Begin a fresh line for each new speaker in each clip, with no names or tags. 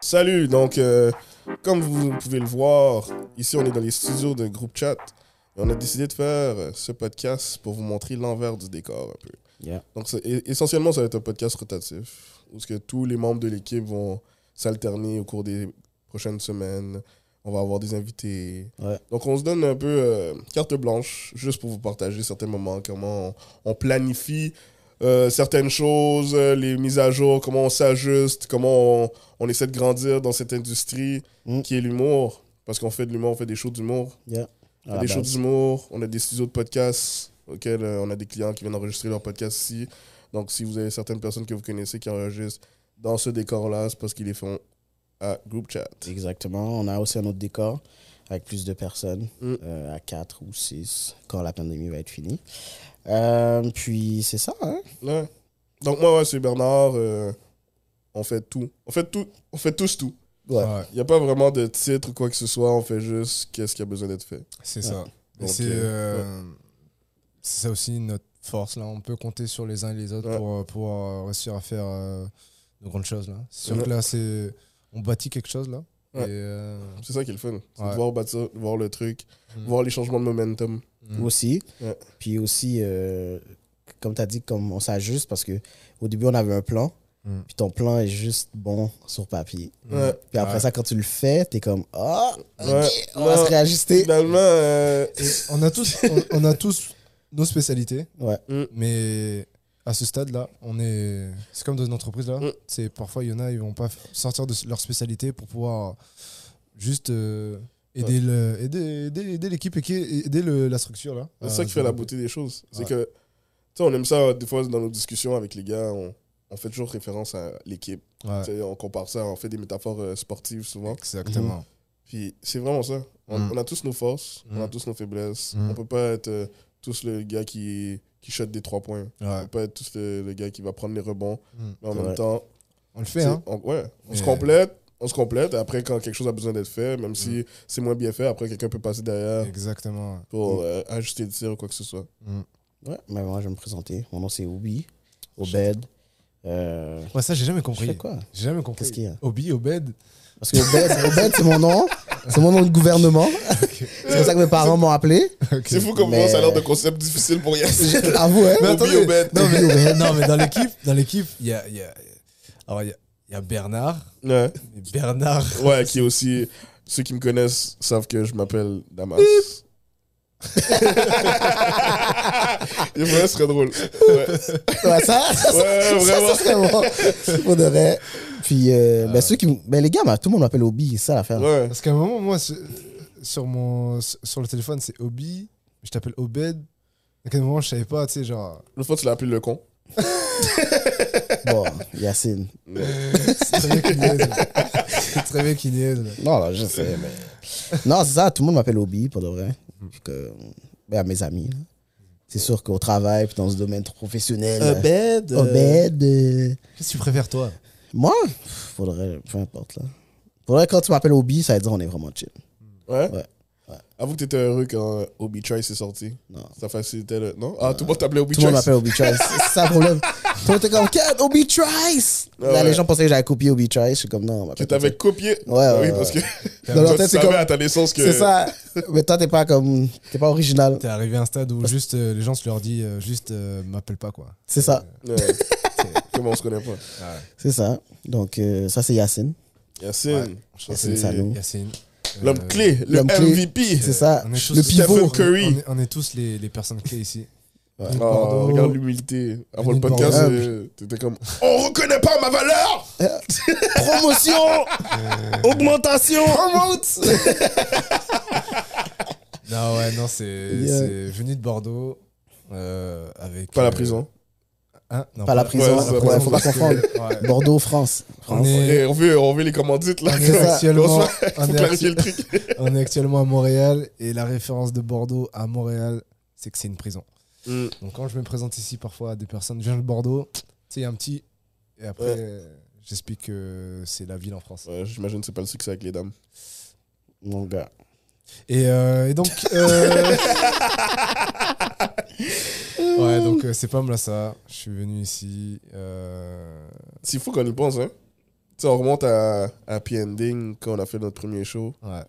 Salut, donc euh, comme vous pouvez le voir, ici on est dans les studios de groupe chat et on a décidé de faire euh, ce podcast pour vous montrer l'envers du décor un peu.
Yeah.
Donc c'est- et- essentiellement ça va être un podcast rotatif où ce que tous les membres de l'équipe vont s'alterner au cours des prochaines semaines. On va avoir des invités.
Ouais.
Donc on se donne un peu euh, carte blanche juste pour vous partager certains moments, comment on, on planifie euh, certaines choses, euh, les mises à jour, comment on s'ajuste, comment on, on essaie de grandir dans cette industrie
Mm.
qui est l'humour. Parce qu'on fait de l'humour, on fait des shows d'humour.
Yeah.
On a des shows d'humour, on a des studios de podcast auxquels euh, on a des clients qui viennent enregistrer leur podcast ici. Donc, si vous avez certaines personnes que vous connaissez qui enregistrent dans ce décor-là, c'est parce qu'ils les font à Group Chat.
Exactement. On a aussi un autre décor avec plus de personnes,
Mm.
euh, à 4 ou 6, quand la pandémie va être finie. Euh, puis c'est ça, hein?
Ouais. Donc, moi, ouais, c'est Bernard. euh, on fait tout. On fait tout. On fait tous tout.
Ouais.
Il n'y a pas vraiment de titre ou quoi que ce soit. On fait juste qu'est-ce qui a besoin d'être fait.
C'est
Ouais.
ça. Et
Donc,
c'est
euh,
euh, c'est ça aussi notre force. Là. On peut compter sur les uns et les autres
Ouais.
pour, euh, pour euh, réussir à faire euh, de grandes choses. là. C'est sûr
Ouais.
que là, c'est- on bâtit quelque chose. là.
Ouais.
Et, euh,
C'est ça qui est le fun. C'est de
Ouais.
voir bâtir, voir le truc,
Mm.
voir les changements de momentum.
mm.
Aussi.
Ouais.
Puis aussi, euh, comme tu as dit, comme on s'ajuste parce que au début, on avait un plan.
Mm.
Puis ton plan est juste bon sur papier.
Mm.
Ouais.
Puis après
Ouais.
ça, quand tu le fais, t'es comme Ah, ok,
Ouais.
on va
Non.
se réajuster.
Finalement, euh,
Et on, a tous, on, on a tous nos spécialités.
Ouais.
Mm.
Mais à ce stade-là, on est. C'est comme dans une entreprise là.
Mm.
C'est parfois il y en a ils vont pas f- sortir de s- leur spécialité pour pouvoir juste euh, aider le aider aider, aider l'équipe et qui- aider le- la structure là. Euh,
C'est ça qui fait la beauté des choses. C'est
Ah, Ouais.
que, tu sais, on aime ça euh, des fois dans nos discussions avec les gars, on, on fait toujours référence à l'équipe.
Ouais,
Tu sais, On compare ça, on fait des métaphores euh, sportives souvent.
exactement.
Puis c'est vraiment ça. On,
Mm.
on a tous nos forces, on a
Mm.
tous nos faiblesses.
Mm.
On peut pas être euh, tous le gars qui, qui shot des trois points. On
Mhm. Ouais.
peut pas être tous le, le gars qui va prendre les rebonds.
Mm.
Mais en
Ouais.
même temps,
On le fait hein.
tu sais, on, ouais, on se
Mais-
complète. On se complète, et après, quand quelque chose a besoin d'être fait, même
Mm.
si c'est moins bien fait, après, quelqu'un peut passer derrière
Exactement.
pour euh, ajuster le tir ou quoi que ce soit.
Mm.
Ouais, mais moi, je vais me présenter. Mon nom, c'est Obi, Obed. Euh,
Ouais, ça j'ai jamais
je fais
compris.
quoi
J'ai jamais compris.
Qu'est-ce qu'il y a
Obi, Obed.
Parce que Obed, Obed, c'est mon nom. C'est mon nom de gouvernement. C'est pour ça que mes parents m'ont appelé.
C'est fou comme
Mais-
ça a l'air de concept difficile pour Yass.
Avoue, hein
Obi,
Mais attendez,
Obed.
non, mais, non, mais dans l'équipe, dans l'équipe, il y a, il y a- alors, il y a- il y a Bernard,
Ouais.
Mais Bernard.
Ouais, qui est aussi. Ceux qui me connaissent savent que je m'appelle Damas. Et vrai, ce serait drôle. Ouais,
Ouais, ça, ça,
Ouais, vraiment.
ça serait bon. Pour de vrai. Puis, euh, ben, ceux qui. m- Ben, les gars, ben, tout le monde m'appelle Obi, c'est ça l'affaire.
Ouais.
Parce qu'à un moment, moi, sur, sur mon, sur le téléphone, c'est Obi. Je t'appelle Obed. À quel moment, je savais pas, tu sais, genre.
L'autre fois, tu l'as appelé le con.
Bon, Yacine.
C'est très bien qu'il niaise. là. C'est très bien qu'il niaise. là.
Non, là, je sais, mais. Non, c'est ça, tout le monde m'appelle Obi, pour de vrai. Puis que- ben, à mes amis. là. C'est sûr qu'au travail, puis dans ce domaine trop professionnel. euh,
Obed.
Obed. euh,
Qu'est-ce que tu préfères, toi
Moi, pff, pour de vrai, peu importe, là. Pour de vrai, quand tu m'appelles Obi, ça veut dire on est vraiment chill.
Ouais.
Ouais. Ouais.
Avoue que t'étais heureux quand euh, Obi Choice est sorti.
Non.
Ça facilitait le. Non Ah, tout le monde t'appelait Obi
Tout le monde
Choice.
m'appelle Obi Trice. C'est ça le problème. Tout le monde était comme, Kat, Obi Trice.
Ah
Là,
ouais.
les gens pensaient que j'avais copié Obi Trice. Je suis comme, non, on
Que
m'appelle comme
t'avais copié.
Ouais, ouais,
Oui,
ouais.
parce que.
ça. Dans leur
toi, tu
tête, c'est
savais
comme.
à ta naissance que.
C'est ça. Mais toi, t'es pas comme. T'es pas original.
T'es arrivé à un stade où juste euh, les gens se leur dit euh, juste euh, m'appelle pas quoi.
C'est ça.
Ouais. Comment on se connaît pas
C'est ça. Donc, euh, ça, c'est Yacine.
Yacine.
Yacine Salon.
Yacine. Euh,
L'homme clé, le
l'homme clé.
MVP.
C'est ça.
on est tous-
Le
Stephen
pivot.
Curry.
On est, on est tous les, les personnes clés ici.
Ouais.
Denis
Oh,
Bordeaux.
regarde l'humilité. Avant le
Denis
podcast,
Bordeaux.
euh, t'étais comme On reconnaît pas ma valeur
Promotion Augmentation
Non, ouais, non, c'est
Yeah.
c'est venu de Bordeaux. euh, avec,
Pas
euh,
la prison.
hein non,
Pas la prison,
ouais,
ouais, faut pas
parce que-
confondre.
ouais.
Bordeaux, France.
On
France.
est,
Eh, on, veut, on veut les commandites là.
on est
C'est ça.
actuellement,
Bonsoir.
on
Faut
est
clarifier
actu-
le truc.
on est actuellement à Montréal et la référence de Bordeaux à Montréal, c'est que c'est une prison.
Mm.
Donc quand je me présente ici parfois à des personnes, je viens de Bordeaux, tu sais, il y a un petit. Et après,
Ouais.
euh, j'explique que c'est la ville en France.
Ouais, J'imagine que c'est pas le succès avec les dames.
Mon gars.
Et, euh, et donc. euh, ouais, donc euh, c'est pas là ça. Je suis venu ici. euh,
C'est fou qu'on y pense, hein. sais, on remonte à Happy Ending quand on a fait notre premier show.
Ouais.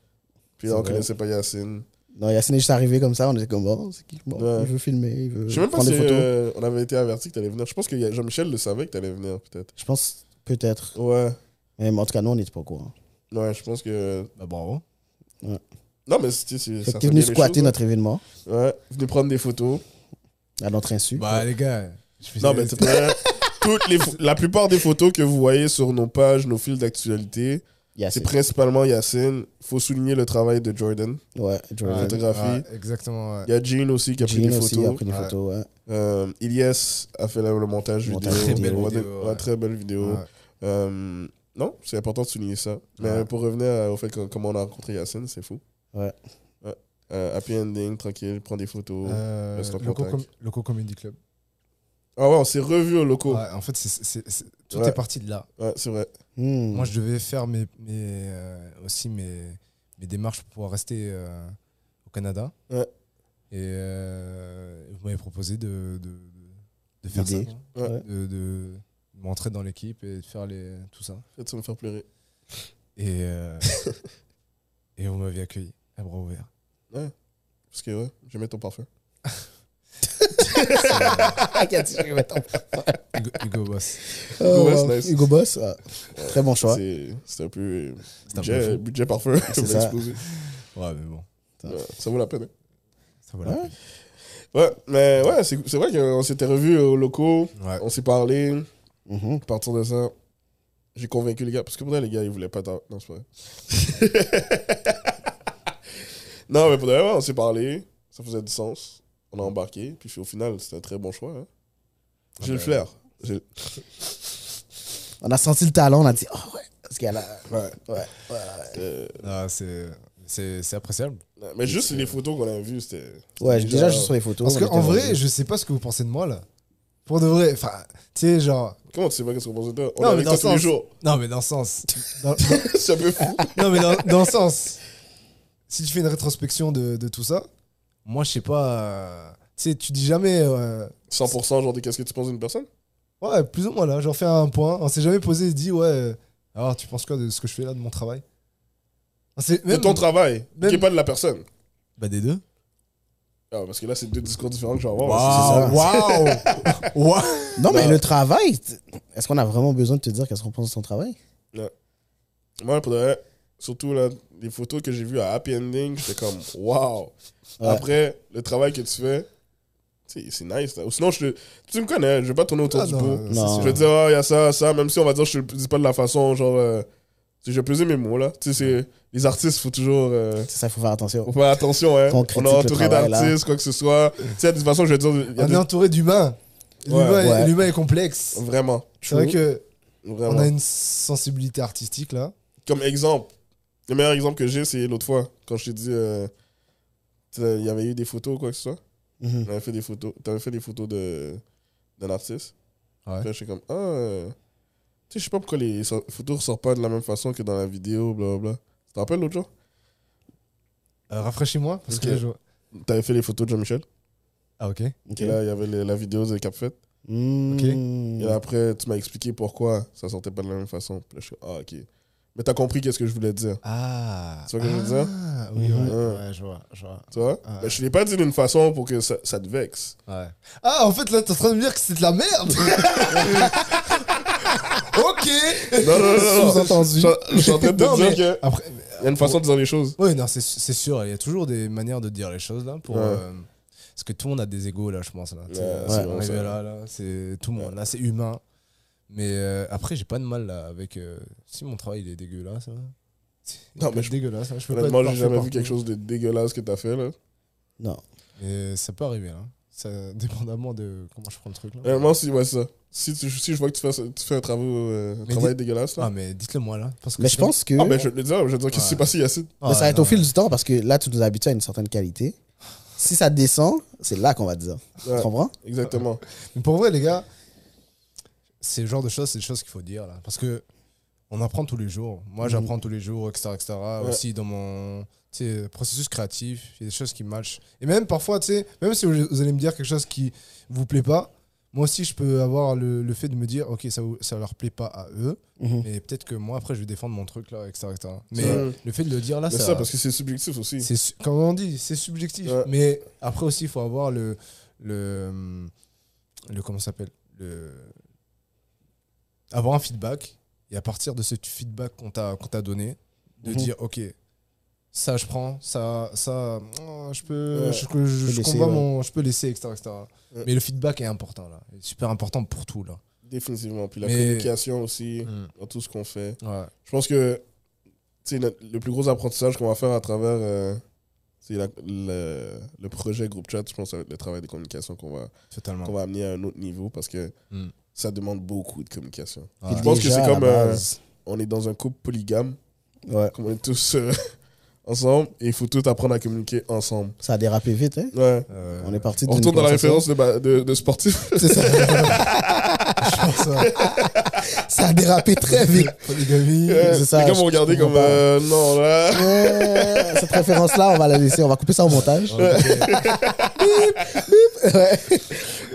Puis
C'est
là, on
vrai. Euh,
connaissait pas Yacine.
Non, Yacine est juste arrivé comme ça, on était comme, bon, c'est qui Bon,
Ouais.
Il veut filmer, il veut
Je sais même pas
prendre
si
des photos.
euh, on avait été averti que t'allais venir. Je pense que y a- Jean-Michel le savait que t'allais venir, peut-être.
Je pense, peut-être.
Ouais.
Mais en tout cas, nous, on n'était pas au courant.
Ouais, je pense que.
Bah, bravo.
Non, mais c'est. c'est-
Fait
ça
que t'es
fait
venu
bien les
squatter
choses,
notre événement,
hein. Ouais, venez prendre des photos.
à notre insu.
Bah, les gars. je fais-
Non, mais c'est pas- Toutes les, pho- la plupart des photos que vous voyez sur nos pages, nos fils d'actualité, c'est
Yacine.
principalement Yacine. faut souligner le travail de Jordan.
Ouais,
Ouais,
Jordan.
photographie.
ouais, exactement, ouais.
Il y a Jean aussi qui a pris
Jean
des
aussi
photos.
a pris des
Ouais.
photos, ouais.
Euh, Ilyes a fait le montage vidéo.
Montage Très belle
Ouais,
vidéo,
ouais,
ouais.
Très belle vidéo.
Ouais.
Euh, non, c'est important de souligner ça. Mais
Ouais.
pour revenir à- au fait que- comment on a rencontré Yacine, c'est fou.
Ouais.
Ouais. Euh, happy ending, tranquille, prends des photos.
Euh,
Reste en
Loco
contact.
Com- Loco Comedy Club.
Ah ouais, on s'est revus au loco. Ouais,
Ouais, en fait, c'est- c'est- c'est- c'est- tout
Ouais.
est parti de là.
c'est vrai.
Hmm.
Moi, je devais faire mes, mes, euh, aussi mes, mes démarches pour pouvoir rester euh, au Canada.
Ouais.
Et euh, vous m'avez proposé de, de, de faire
D'aider.
ça,
Ouais.
quoi. de, de m'entrer dans l'équipe et de faire les, tout ça.
Peut-être ça me faire pleurer.
Et, euh, et vous m'avez accueilli à bras ouverts.
Parce que ouais, j'aimais ton parfum.
Hugo, Hugo Boss.
Oh,
Boss,
wow.
nice.
Hugo Boss, ah, très bon choix.
C'est c'est un peu euh,
C'est un peu
budget,
fou.
budget parfum.
C'est
on va
ça.
exposer.
Ouais, mais bon.
Ouais, ça vaut la peine. hein.
Ça vaut la
Ouais.
peine.
Ouais, mais ouais, c'est c'est vrai qu'on s'était revus au loco.
Ouais.
On s'est parlé.
Mhm.
À partir de ça, j'ai convaincu les gars. Parce que pour vrai, les gars, ils voulaient pas tard. Non, c'est pas vrai. non, mais pour de vrai, ouais, on s'est parlé. Ça faisait du sens. On a embarqué. Puis au final, c'était un très bon choix. hein. J'ai le
ben,
flair. J'ai-
On a senti le talent, on a dit, oh ouais, parce qu'il y a la-
Ouais.
Ouais.
Euh,
Ah, c'est- c'est c'est appréciable.
mais juste les photos qu'on avait vues, c'était.
Ouais,
c'était
déjà, juste sur les photos.
Parce
on
qu'en
était
vrai,
heureux.
je sais pas ce que vous pensez de moi là. Pour de vrai, enfin, tu sais, genre.
Comment tu sais pas qu'est-ce qu'on pense de toi On
Non,
est
mais
avec toi
dans le
tous les
sens-
jours.
Non, mais dans le sens. dans- dans-
c'est un peu fou.
non, mais dans, dans le sens. Si tu fais une rétrospection de, de tout ça, moi, je sais pas. euh, tu sais, tu dis jamais. euh,
100% genre de qu'est-ce que tu penses d'une personne
ouais, plus ou moins là, j'en fais un point. On s'est jamais posé et dit, ouais, euh, alors tu penses quoi de ce que je fais là, de mon travail On s'est-
De
même-
ton travail,
même-
qui est pas de la personne.
Bah, des deux.
Ah, parce que là, c'est deux discours différents que je vais avoir.
Waouh! Waouh! Waouh!
Non, mais
Non.
le travail, t- est-ce qu'on a vraiment besoin de te dire qu'est-ce qu'on pense de ton travail
Moi, pour de vrai, surtout là, les photos que j'ai vues à Happy Ending, j'étais comme waouh.
Ouais.
Après, le travail que tu fais, tu sais, c'est nice. là. Ou sinon, je te- tu me connais, je vais pas tourner autour
Ah,
du
non,
pot.
euh, c'est
Non.
Je
sûr.
vais dire, ah, il y a ça, ça, même si on va dire, je te le dis pas de la façon, genre, euh, tu sais, je vais peser mes mots là. Tu sais, c'est- les artistes, faut toujours. euh,
C'est ça, il faut faire attention.
faut faire attention, hein.
Faut
On,
qu'on critique
est
le
entouré
travail, là.
d'artistes, quoi que ce soit. Tu sais, de toute façon, je vais dire, il y a
On
des-
est entouré d'humains.
Ouais.
L'humain est-
Ouais.
l'humain est complexe.
Vraiment.
C'est vrai que.
Vraiment.
On a une sensibilité artistique là.
Comme exemple, le meilleur exemple que j'ai, c'est l'autre fois, quand je t'ai dit, euh, tu sais, il y avait eu des photos, quoi que ce soit.
Mhm.
On avait fait des photos. T'avais fait des photos de d'un artiste.
Ouais.
Puis là, j'étais comme ah. euh, Tu sais, je sais pas pourquoi les so- photos ressortent pas de la même façon que dans la vidéo, blablabla. Tu te rappelles l'autre jour
Euh, Rafraîchis-moi parce
Ok.
que là, je vois-
T'avais fait les photos de Jean-Michel.
Ah ok.
Ok.
Et là, il y avait le- la vidéo de Cap Fête.
Mmh.
Et
Mhm.
là, après, tu m'as expliqué pourquoi ça sortait pas de la même façon. Puis là, je suis comme, ah, ok. Mais t'as compris qu'est-ce que je voulais dire.
Ah.
Tu vois ce que je veux
Ah, Oui,
Mhm.
ouais,
Ouais.
ouais, je vois, je vois.
Tu vois
Ah.
Mais Je l'ai pas dit d'une façon pour que ça, ça te vexe.
Ouais. Ah en fait là t'es en train de me dire que c'est de la merde. ok.
Non, non, non, non.
Sous-entendu.
Je je suis en train de te
Non,
dire
mais
qu'il
Après. mais-
y a une façon de dire les choses.
Ouais non c'est c'est sûr il y a toujours des manières de dire les choses là pour.
Ouais.
euh, Parce que tout le monde a des égos là je pense là. Tu sais,
Ouais,
là,
c'est
c'est
bon,
arrivé
ça.
là là c'est tout le monde là c'est humain. Mais euh, après j'ai pas de mal là avec euh, si mon travail il est dégueulasse. hein.
Non, mais je-
dégueulasse. hein, Je peux pas être
Honnêtement, j'ai
parfait
jamais vu
partout.
quelque chose de dégueulasse que t'as fait, là.
Non.
Mais ça peut arriver, hein. Ça, dépendamment de comment je prends le truc. Là.
Réellement, si, ouais, c'est ça. Si, tu- si je vois que tu fais, ça- tu fais un travail, euh,
Mais
travail dégueulasse, là.
Ah, mais dites-le moi là. Parce que
Mais je
sinon-
pense que
Ah, ben, je vais te le dire, je vais te dire, qu'est-ce qui s'est
Ouais.
passé, Yacine
Ah,
Mais ça va être au
non,
fil du temps parce que là, tu nous habitues à une certaine qualité. Si ça descend, c'est là qu'on va te dire.
Ouais.
Tu comprends
Exactement.
Mais pour vrai, les gars, c'est le genre de choses, c'est des choses qu'il faut dire là. Parce que on apprend tous les jours. Moi,
Mhm.
j'apprends tous les jours, etc. etc.
Ouais.
Aussi dans mon tu sais, processus créatif, il y a des choses qui matchent. Et même parfois, tu sais, même si vous vous allez me dire quelque chose qui vous plaît pas, Moi aussi, je peux avoir le, le fait de me dire, ok, ça, ça leur plaît pas à eux,
Mhm.
mais peut-être que moi, après, je vais défendre mon truc, là, etc. etc. Mais
Ouais.
le fait de le dire là,
Mais
ça,
ça, parce que c'est subjectif aussi.
c'est su- comme on dit, c'est subjectif.
Ouais.
Mais après aussi, il faut avoir le le le comment ça s'appelle le avoir un feedback et à partir de ce feedback qu'on t'a qu'on t'a donné, de
Mhm.
dire ok ça je prends ça ça oh, je peux
Ouais.
je, je- je
laisser,
combats
ouais.
mon je peux laisser etc etc.
Ouais.
Mais le feedback est important là, est super important pour tout là.
Définitivement. Puis la
Mais-
communication aussi, dans tout ce qu'on fait.
Ouais.
Je pense que tu sais, le le plus gros apprentissage qu'on va faire à travers euh, c'est la- le, le projet groupe chat, je pense, ça va être le travail de communication qu'on va,
totalement.
qu'on va amener à un autre niveau parce que
Mm.
ça demande beaucoup de communication.
Ouais.
Je pense que
Déjà,
c'est
à la
comme euh,
base.
on est dans un couple polygame,
Ouais,
comme on est tous euh, ensemble, et il faut tout apprendre à communiquer ensemble.
ça a dérapé vite, hein.
Ouais.
Euh,
On est parti
On
d'une
retourne dans la référence de, ba-
conversation-
de, de sportif.
C'est ça. ça a dérapé très vite.
polygamie.
c'est ça,
Les gars
je
m'ont regardé
comprends
comme
pas.
euh, non, là.
Ouais, cette référence-là, on va la laisser. On va couper ça au montage. Ouais.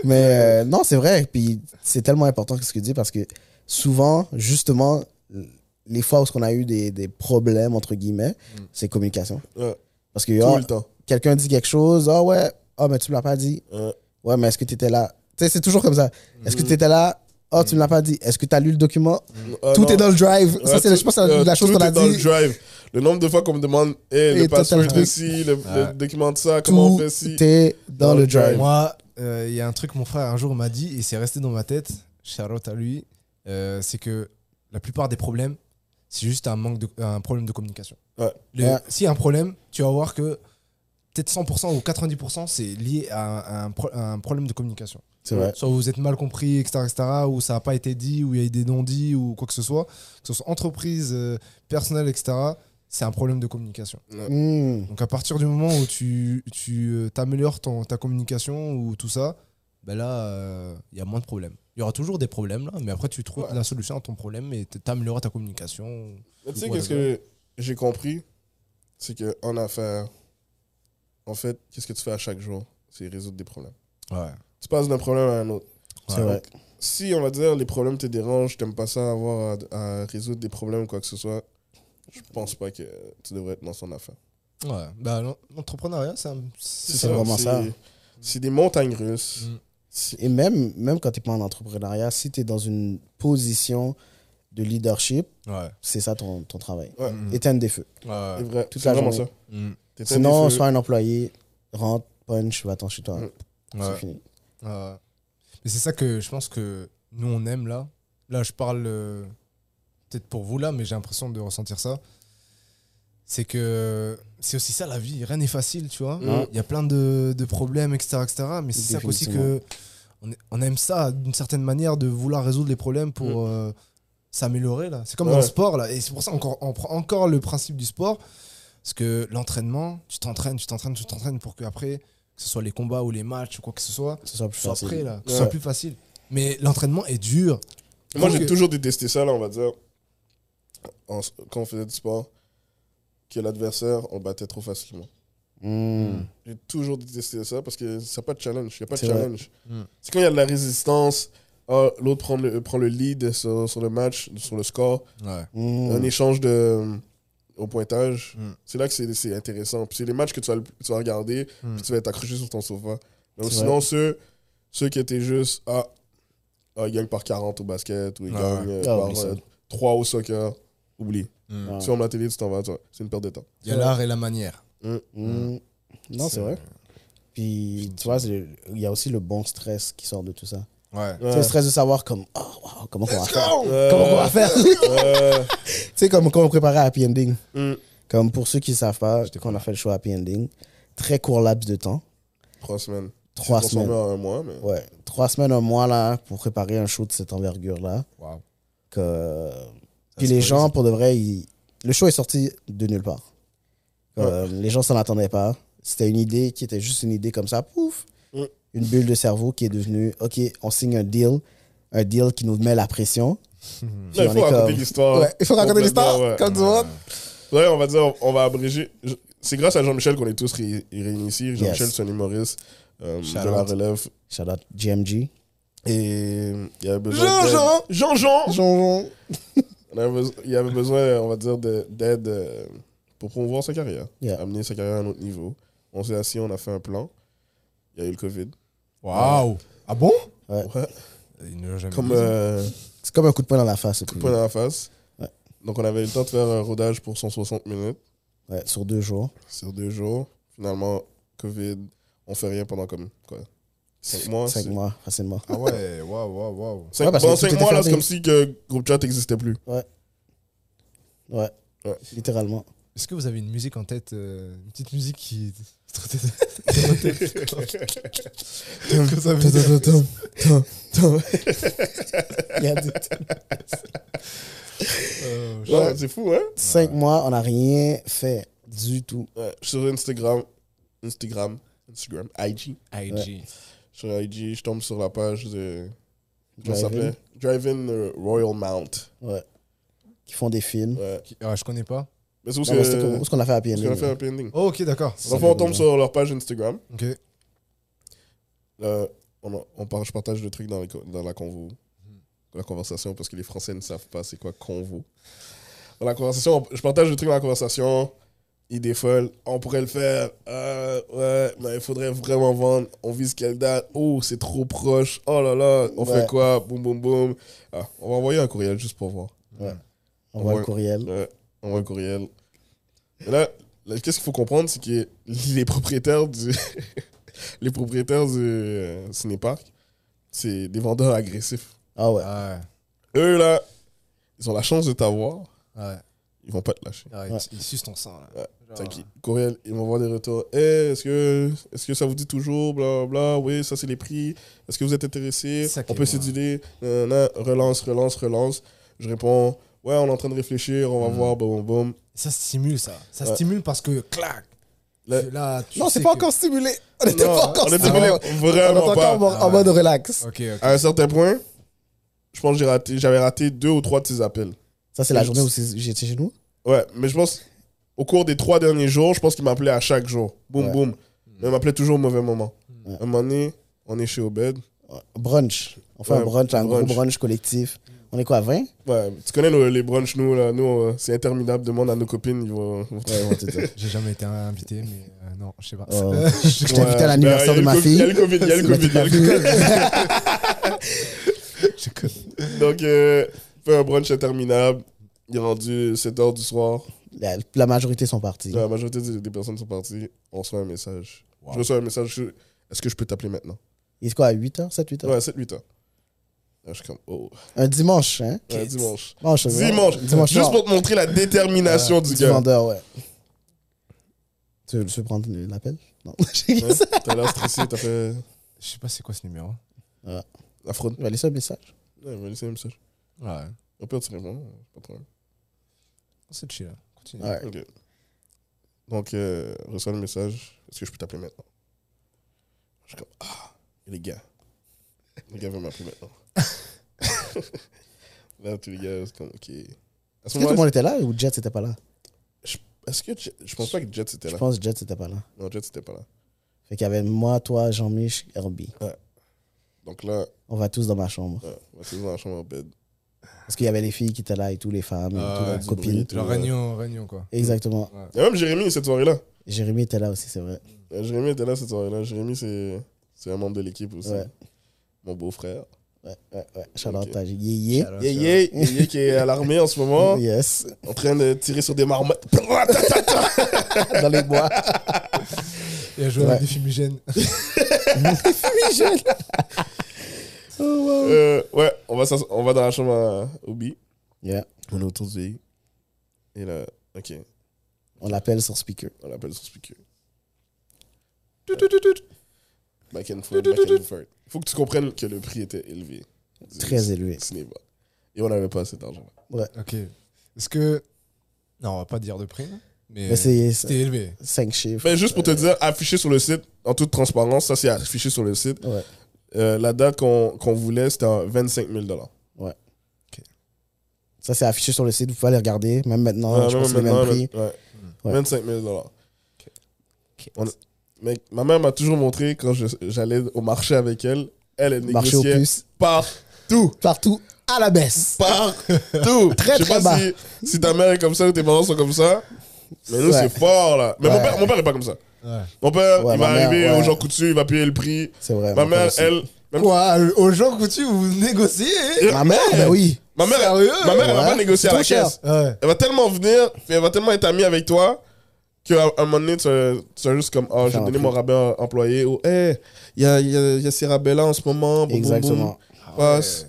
Mais euh, non, c'est vrai. Puis c'est tellement important ce que tu dis parce que souvent, justement, les fois où on a eu des, des problèmes, entre guillemets, c'est communication.
Mm. Ouais.
Parce que
Tout
ah,
le temps.
quelqu'un dit quelque chose, ah ouais, ah mais tu me l'as pas dit.
Ouais.
Ouais, mais est-ce que tu étais là Tu sais, c'est toujours comme ça. Est-ce
Mm-hmm.
que tu étais là Oh, tu me l'as pas dit. Est-ce que tu as lu le document
Ah,
Tout
non.
est dans le drive. ça,
Ouais,
c'est,
tout-
je pense que c'est
euh,
la, la chose
tout
qu'on a
est dans le
dit.
drive. Le nombre de fois qu'on me demande eh, hey,
Et
le password
totalement.
ici, le,
Ouais.
le document de ça, comment on
Tout
fait ci.
est dans le drive.
Moi, euh, il y a un truc que mon frère un jour m'a dit et c'est resté dans ma tête, Charlotte à lui, euh, c'est que la plupart des problèmes, c'est juste un manque de, un problème de communication.
Ouais.
Le-
Ouais.
S'il y a un problème, tu vas voir que peut-être 100% ou 90% c'est lié à un, un pro- un problème de communication.
C'est vrai.
Soit vous êtes mal compris, etc., etc., ou ça n'a pas été dit, ou il y a eu des non-dits, ou quoi que ce soit, que ce soit entreprise, euh, personnel, etc., c'est un problème de communication.
Hmm.
Donc à partir du moment où tu, tu euh, t'améliores ton, ta communication ou tout ça, ben là, euh, il y a moins de problèmes. Il y aura toujours des problèmes, là, mais après, tu trouves
Ouais.
la solution à ton problème et t- t'amélioreras ta communication.
Mais Tu sais,
Ouais,
qu'est-ce que j'ai compris C'est qu'en affaires, en fait, qu'est-ce que tu fais à chaque jour C'est résoudre des problèmes.
Ouais.
Tu passes d'un problème à un autre.
C'est vrai.
Ah, Si, on va dire, les problèmes te dérangent, t'aimes pas ça, avoir à, à résoudre des problèmes, quoi que ce soit, je pense pas que tu devrais être dans son affaire.
Ouais. Bah, l'en- l'entrepreneuriat, c'est un- c'est
C'est vraiment
c'est-
ça.
C'est des montagnes russes.
Mm.
C'est-
Et même, même quand tu n'es pas en entrepreneuriat, si tu es dans une position de leadership,
Ouais.
c'est ça ton, ton travail.
Ouais,
Mm.
Éteindre des feux.
c'est
Ouais.
vrai.
Toute
C'est
la
vraiment
journée.
ça.
Mm.
T'éteins des
Sinon,
feux.
sois un employé, rentre, punch, va-t'en chez toi.
Mm.
C'est
Ouais.
fini.
Ouais. Mais c'est ça que je pense que nous, on aime là. Là, je parle euh, peut-être pour vous là, mais j'ai l'impression de ressentir ça. C'est que c'est aussi ça la vie. Rien n'est facile, tu vois.
Mm.
Il y a plein de, de problèmes, etc. etc. mais c'est ça aussi que on, est- on aime ça d'une certaine manière de vouloir résoudre les problèmes pour euh, s'améliorer là. C'est comme dans
Ouais.
le sport là. Et c'est pour ça encore, on prend encore le principe du sport. Parce que l'entraînement, tu t'entraînes, tu t'entraînes, tu t'entraînes pour qu'après, que ce soit les combats ou les matchs ou quoi que ce soit,
Ce soit plus
soit
facile.
prêt, là, que ce
Ouais.
soit plus facile. Mais l'entraînement est dur.
Moi,
Donc,
j'ai toujours détesté ça, là, on va dire, en- quand on faisait du sport, que l'adversaire, on le battait trop facilement.
Mm.
J'ai toujours détesté ça parce que ça n'a pas de challenge. Il n'y a pas de
C'est vrai.
challenge.
Mm.
C'est quand il y a de la résistance, ah, l'autre prend le, prend le lead sur, sur le match, sur le score,
Ouais.
Mm.
un échange de, euh, au pointage.
Mm.
C'est là que c'est c'est intéressant. Puis c'est les matchs que tu vas, le- tu vas regarder,
Mm.
puis tu vas être accroché sur ton sofa. Donc,
C'est
sinon, ceux, ceux qui étaient juste, ah, ah, ils gagnent par 40 au basket ou ils
Ah ouais.
gagnent euh,
Ah, oublie
par
ça.
3 au soccer, oublie.
Mm.
Ouais.
Tu fermes la télé, tu t'en vas, toi. c'est une perte de temps.
Il y a l'art et la manière.
Mm. Non, c'est vrai. Puis, tu vois, c'est- il y a aussi le bon stress qui sort de tout ça.
Ouais.
C'est le stress de savoir comme, oh, wow, comment on va faire.
Euh,
Comment on va faire
euh,
Tu sais, comme quand on préparait Happy Ending.
Mm.
Comme pour ceux qui ne savent pas, quand on a fait le show Happy Ending, très court laps de temps,
Trois semaines.
trois
Transformé
semaines. Mm.
en un mois, mais.
Ouais, trois semaines, un mois là, pour préparer un show de cette envergure-là.
Wow.
Que...
Ça,
Puis
c'est
les
pas
gens, pour de vrai, ils- le show est sorti de nulle part. Euh, Les gens s'en attendaient pas. C'était une idée qui était juste une idée comme ça, pouf.
Ouais.
Une bulle de cerveau qui est devenue, ok, on signe un deal, un deal qui nous met la pression.
Là,
Puis on
il faut
est
raconter
comme-
l'histoire.
Ouais, il faut raconter l'histoire,
Complètement,
comme tout le monde.
Ouais. Ouais, on va dire, on- on va abréger. Je- C'est grâce à Jean-Michel qu'on est tous ré- réunis ici. Jean-Michel,
Yes.
c'est un humoriste euh, de
Shout
la
out.
relève.
Shout out GMG.
Et euh, il y avait besoin d'aide.
Jean-Jean
Jean-Jean
Jean-Jean.
On avait beso- Il y avait besoin, on va dire, de- d'aide euh, pour promouvoir sa carrière,
Yeah.
amener sa carrière à un autre niveau. On s'est assis, on a fait un plan. Il y a eu le Covid.
Waouh Ah bon
Ouais.
Il ne l'a jamais
Comme
dit.
euh,
C'est comme un coup de poing dans la face. ce truc.
point dans la face.
Ouais.
Donc on avait eu le temps de faire un rodage pour 160 minutes
Ouais, sur deux jours.
sur deux jours. Finalement, Covid, on fait rien pendant comme quoi Cinq mois.
Cinq
c'est-
mois, facilement.
Ah ouais, waouh, waouh, waouh.
Cinq,
Ouais, parce que
pendant
tout
cinq
était
mois, là, c'est
fermé.
comme si que groupe chat n'existait plus.
Ouais.
Ouais.
Littéralement.
Est-ce que vous avez une musique en tête euh, Une petite musique qui. Que ça veut dire
Il y a des-
Euh, je-
Ouais, c'est fou, hein?
Cinq mois, on n'a rien fait du tout.
Ouais, je suis sur Instagram, Instagram, Instagram, IG.
IG.
Sur IG, je tombe sur la page de. Comment ça
Drive-In.
s'appelait? Drive-In euh, Royal Mount.
Ouais. Qui font des films.
Ouais.
Qui- Ah, je connais pas.
Mais c'est où
Non, mais c'est
ce
ce qu'on a fait à
qu'on a
PNL.
fait un pending.
Oh, ok, d'accord.
Enfin, on tombe sur leur page Instagram.
Ok.
Euh, on, a- on par- je partage le truc dans, les co- dans la convo, dans la conversation, parce que les Français ne savent pas c'est quoi convo. Dans la conversation, on- je partage le truc dans la conversation. Idée folle, on pourrait le faire. Euh, ouais, mais il faudrait vraiment vendre. On vise quelle date Oh, c'est trop proche. Oh là là, on
Ouais.
fait quoi Boum, boum, boum. Ah, on va envoyer un courriel juste pour voir.
On voit
Ouais.
le courriel.
Ouais, on voit un courriel. Et là, là, qu'est-ce qu'il faut comprendre, c'est que les propriétaires du, les propriétaires du euh, cinéparc, c'est des vendeurs agressifs.
Ah ouais.
Ah
Eux, là, ils ont la chance de t'avoir,
Ouais. Ah, Ouais.
ils vont pas te lâcher.
Ah,
Ouais.
ils- Ils sucent ton sang. là. Genre, euh.
T'inquiète. Courriel, ils m'envoient des retours. Hey, est-ce que, est-ce que ça vous dit toujours, bla bla, oui, ça c'est les prix. Est-ce que vous êtes intéressé On peut
Sacrément.
s'éduler. Nanana, Relance, relance, relance. Je réponds, ouais, on est en train de réfléchir, on va
Mm.
voir, boum, boum.
Ça stimule, ça. Ça
Ouais.
stimule parce que, clac
Là-
tu- Là, tu
Non,
sais
c'est pas
que-
encore stimulé. On n'était
Non,
pas encore
on était
stimulé.
pas-
On était
vraiment pas.
encore en- en
Ah ouais.
mode relax.
Ok, ok.
à un certain point, je pense que j'ai raté- j'avais raté deux ou trois de ses appels.
Ça, c'est la journée où c'est- j'étais chez nous.
Ouais, mais je pense, au cours des trois derniers jours, je pense qu'il m'appelait à chaque jour. Boum,
Ouais. Mm.
boum. Mais il m'appelait toujours au mauvais moment.
Ouais.
À un moment donné, on est chez Obed.
Ouais, Brunch. On fait
Ouais,
un brunch, un gros
brunch.
brunch collectif. On est quoi, 20
Ouais, tu connais nos- les brunchs, nous, là. Nous, euh, c'est interminable. Demande à nos copines. Ils vont...
Ouais, bon, t'es- t'es-
J'ai jamais été invité, mais euh, non, je sais pas.
Oh.
Euh,
Je t'ai invité
Ouais.
à l'anniversaire
Ben,
de
Il
ma
y a
fille.
le Covid, il y a le Covid. il y a le Covid.
je connais.
Donc, euh, fait un brunch interminable. Il est rendu 7h du soir.
La, la majorité sont partis.
La majorité des des personnes sont parties. On reçoit un message.
Wow.
Je reçois un message. je- Est-ce que je peux t'appeler maintenant?
Il est quoi, à 8h, 7, 8h
Ouais, 7-8 heures. Là, je suis comme, oh,
Un dimanche, hein
ouais, dimanche.
Dimanche. ouais.
Dimanche.
Dimanche
Juste
soir.
pour te montrer la détermination du
Du
gars.
vendeur, ouais. Tu veux, tu veux prendre l'appel Non.
Hein? T'as l'air stressé, t'as fait
Je sais pas c'est quoi ce numéro.
la fraude.
Il va laisser un message.
Ouais, il m'a laissé un message.
Ouais.
Au pire, tu réponds, non, pas de problème.
C'est chill, là. Continue.
Ouais.
Ok. Donc, euh, je reçois le message. Est-ce que je peux t'appeler maintenant? Je suis comme, ah, et les gars. Les gars veulent m'appeler maintenant. Là, tous les gars, c'est comme, ok. À ce
Est-ce que tout le
moment-là,
monde était là ou Jet n'était pas là
est-ce que Jet- je pense pas que Jet était
Je
là.
pense que Jet n'était pas là.
Non, Jet était pas là.
Fait qu'il y avait moi, toi, Jean-Mich, Herbie.
Donc là, euh,
On va tous dans ma chambre.
ouais, on va se dans la chambre en bed.
Parce qu'il y avait les filles qui étaient là et tout, les femmes, et
Ah
tout,
ouais,
les
du
copines.
bruit.
Genre
Ouais.
réunion, réunion, quoi.
Exactement.
Et même Jérémy, cette soirée-là.
Jérémy était là aussi, c'est vrai.
Euh, Jérémy était là cette soirée-là. Jérémy, c'est c'est un membre de l'équipe aussi.
Ouais.
Mon beau-frère.
Ouais, ouais, ouais. Shout-out
Ok.
à Yéyé.
Shout-out.
Yé, yé, yé, yé, qui est à l'armée en ce moment,
Oh, Yes.
en train de tirer sur des marmottes.
Dans les bois.
Il a joué
Ouais.
avec des fumigènes.
Euh, ouais, on va, s'ass- on va dans la chambre à Obi.
Yeah.
On est autour du lit. Et là, ok,
On l'appelle sur speaker.
on l'appelle sur speaker. Back and forth, back and forth. Il faut que tu comprennes que le prix était élevé.
Très élevé.
Du Cinéma. Et on n'avait pas assez d'argent.
Ok. Est-ce que. Non, on va pas dire de prime, mais,
Mais c'est
c'était élevé.
5 chiffres.
Mais juste pour te dire, affiché sur le site, en toute transparence, ça c'est affiché sur le site.
Ouais.
Euh, la date qu'on qu'on voulait, c'était un 25 000 dollars.
Ça, c'est affiché sur le site. Vous pouvez aller regarder. Même maintenant, Ah,
Ah,
je pense que c'est le même prix.
ouais.
Ouais.
25 000 dollars. Ma mère m'a toujours montré, quand je- j'allais au marché avec elle, elle est
Marché aux
négociée
puces,
partout.
partout à la baisse.
Partout.
Très,
Je sais
très
pas
bas.
Si, si ta mère est comme ça ou tes parents sont comme ça. Mais nous,
Ouais.
c'est fort, là. Mais mon,
Ouais.
père, mon père est pas comme ça.
Ouais.
Mon père,
Ouais,
il va
ma mère,
arriver
ouais.
aux gens coutus, il va payer le prix.
C'est vrai.
Ma
mon père
mère,
aussi.
elle. même-
Quoi, euh, aux gens coutus, vous négociez hein
Ma mère, ben oui.
Ma mère,
Sérieux
ma mère elle va
Ouais.
pas négocier à la
Trop cher.
caisse.
Ouais.
Elle va tellement venir, puis elle va tellement être amie avec toi, qu'à un moment donné, tu seras- tu seras juste comme Ah, je
Faire
vais
un
donner
prix.
mon rabais à- employé, ou Hé, il y a, y a- y a ces rabais-là en ce moment. boum, boum, boum.
Exactement.
Passe.